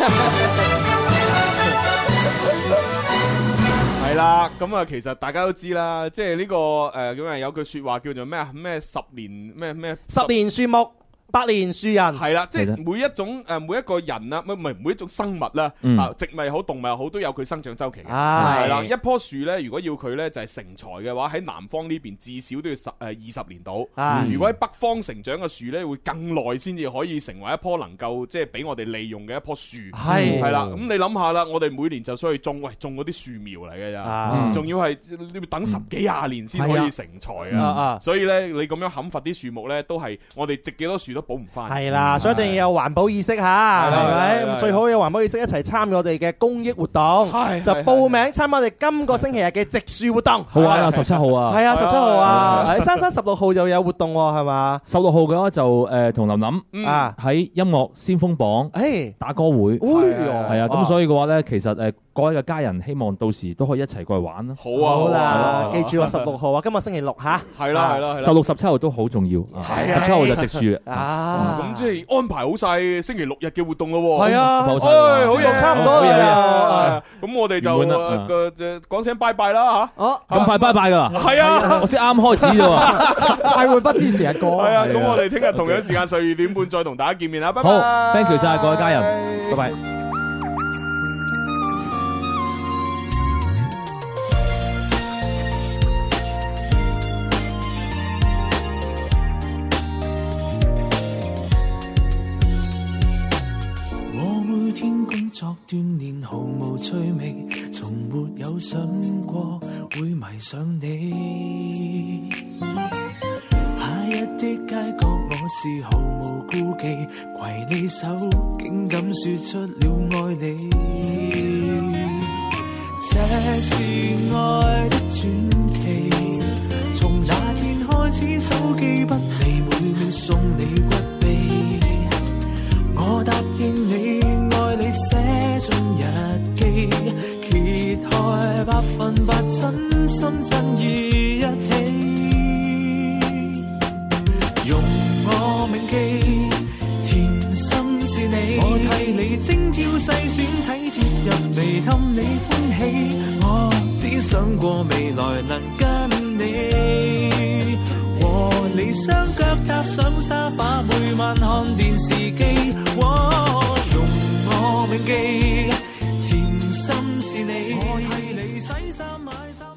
係啦，咁啊，其實大家都知啦，即係呢、個誒咁啊，有句説話叫做咩啊？咩十年咩咩
十年樹木，百年樹人，
係啦，即
係啦
係每一種誒每一個人啊啦，唔係唔係每一種生物啦，
嗯
啊植物又好動物又好都有佢生長周期嘅。
啊
係啦，一棵樹咧，如果要佢咧就係成材嘅話，喺南方呢邊至少都要十誒呃二十年到。
啊
如果喺北方成長嘅樹咧，會更耐先至可以成為一棵能夠即係俾我哋利用嘅一棵樹。
係
係啦，咁你諗下啦，我哋每年就需要種，喂種嗰啲樹苗嚟嘅咋，
啊
仲要係你要等十幾廿年先可以成材
啊
啊。
啊，
所以咧，你咁樣砍伐啲樹木咧，都係我哋植幾多樹都補唔翻。
係啦，所以一定要有環保意識嚇，
係啦
係咪？
係啦
咁最好有環保意識一齊參與我哋嘅公益活動，
係
就
係
報名參加我哋今個星期日嘅植樹活動。
好玩啊！十七號啊，
係啊，十七號啊，喺珊珊十六號就有活動喎，係嘛？
十六號嘅話就誒同林林
嗯
啊，
喺音樂先鋒榜
誒，
打歌會，
哎
係啊，咁所以嘅話咧，其實誒各位嘅家人希望到時都可以一齊過嚟玩啦。
好
以
啊，
好啦
啊，
記住啊，十六號啊，今日星期六嚇，
係啦，係啦，係
啊十
啦。
六、十七號都好重要，
係
十
啊
七號就 植樹
哎
啊，
啊，
咁即係安排好晒星期六日嘅活動咯喎。
係啊，
好
唉，哎好
節目
嘢，哎
差唔多
好嘢
啦，啊
咁我哋就
完滿啦啊
誒個誒講聲拜拜啦
哦，
咁快拜拜㗎啦！
吓。係啊。
我先啱開始啫喎。
快活不知時日過。
係啊，咁我哋聽日同樣時間十二點半再同大家見面啦，拜拜。
好，thank you 晒各位家人，拜拜。
我每天工作鍛煉毫無趣味，從沒有想過會迷上你。夏日的街角，我是毫無顧忌，携你手，竟敢說出了愛你。這是愛的傳奇，從那天開始，手機不離，每秒送你骨秘。我答應你，愛你寫進日記，揭開百分百真心真意一起，容我銘記，甜心是你，我替你精挑細選，體貼入微，氹你歡喜，我只想過未來能跟你。
時雙腳踏上沙發，每晚看電視機。哇容我銘記，甜心是你，我替你洗衫買衫。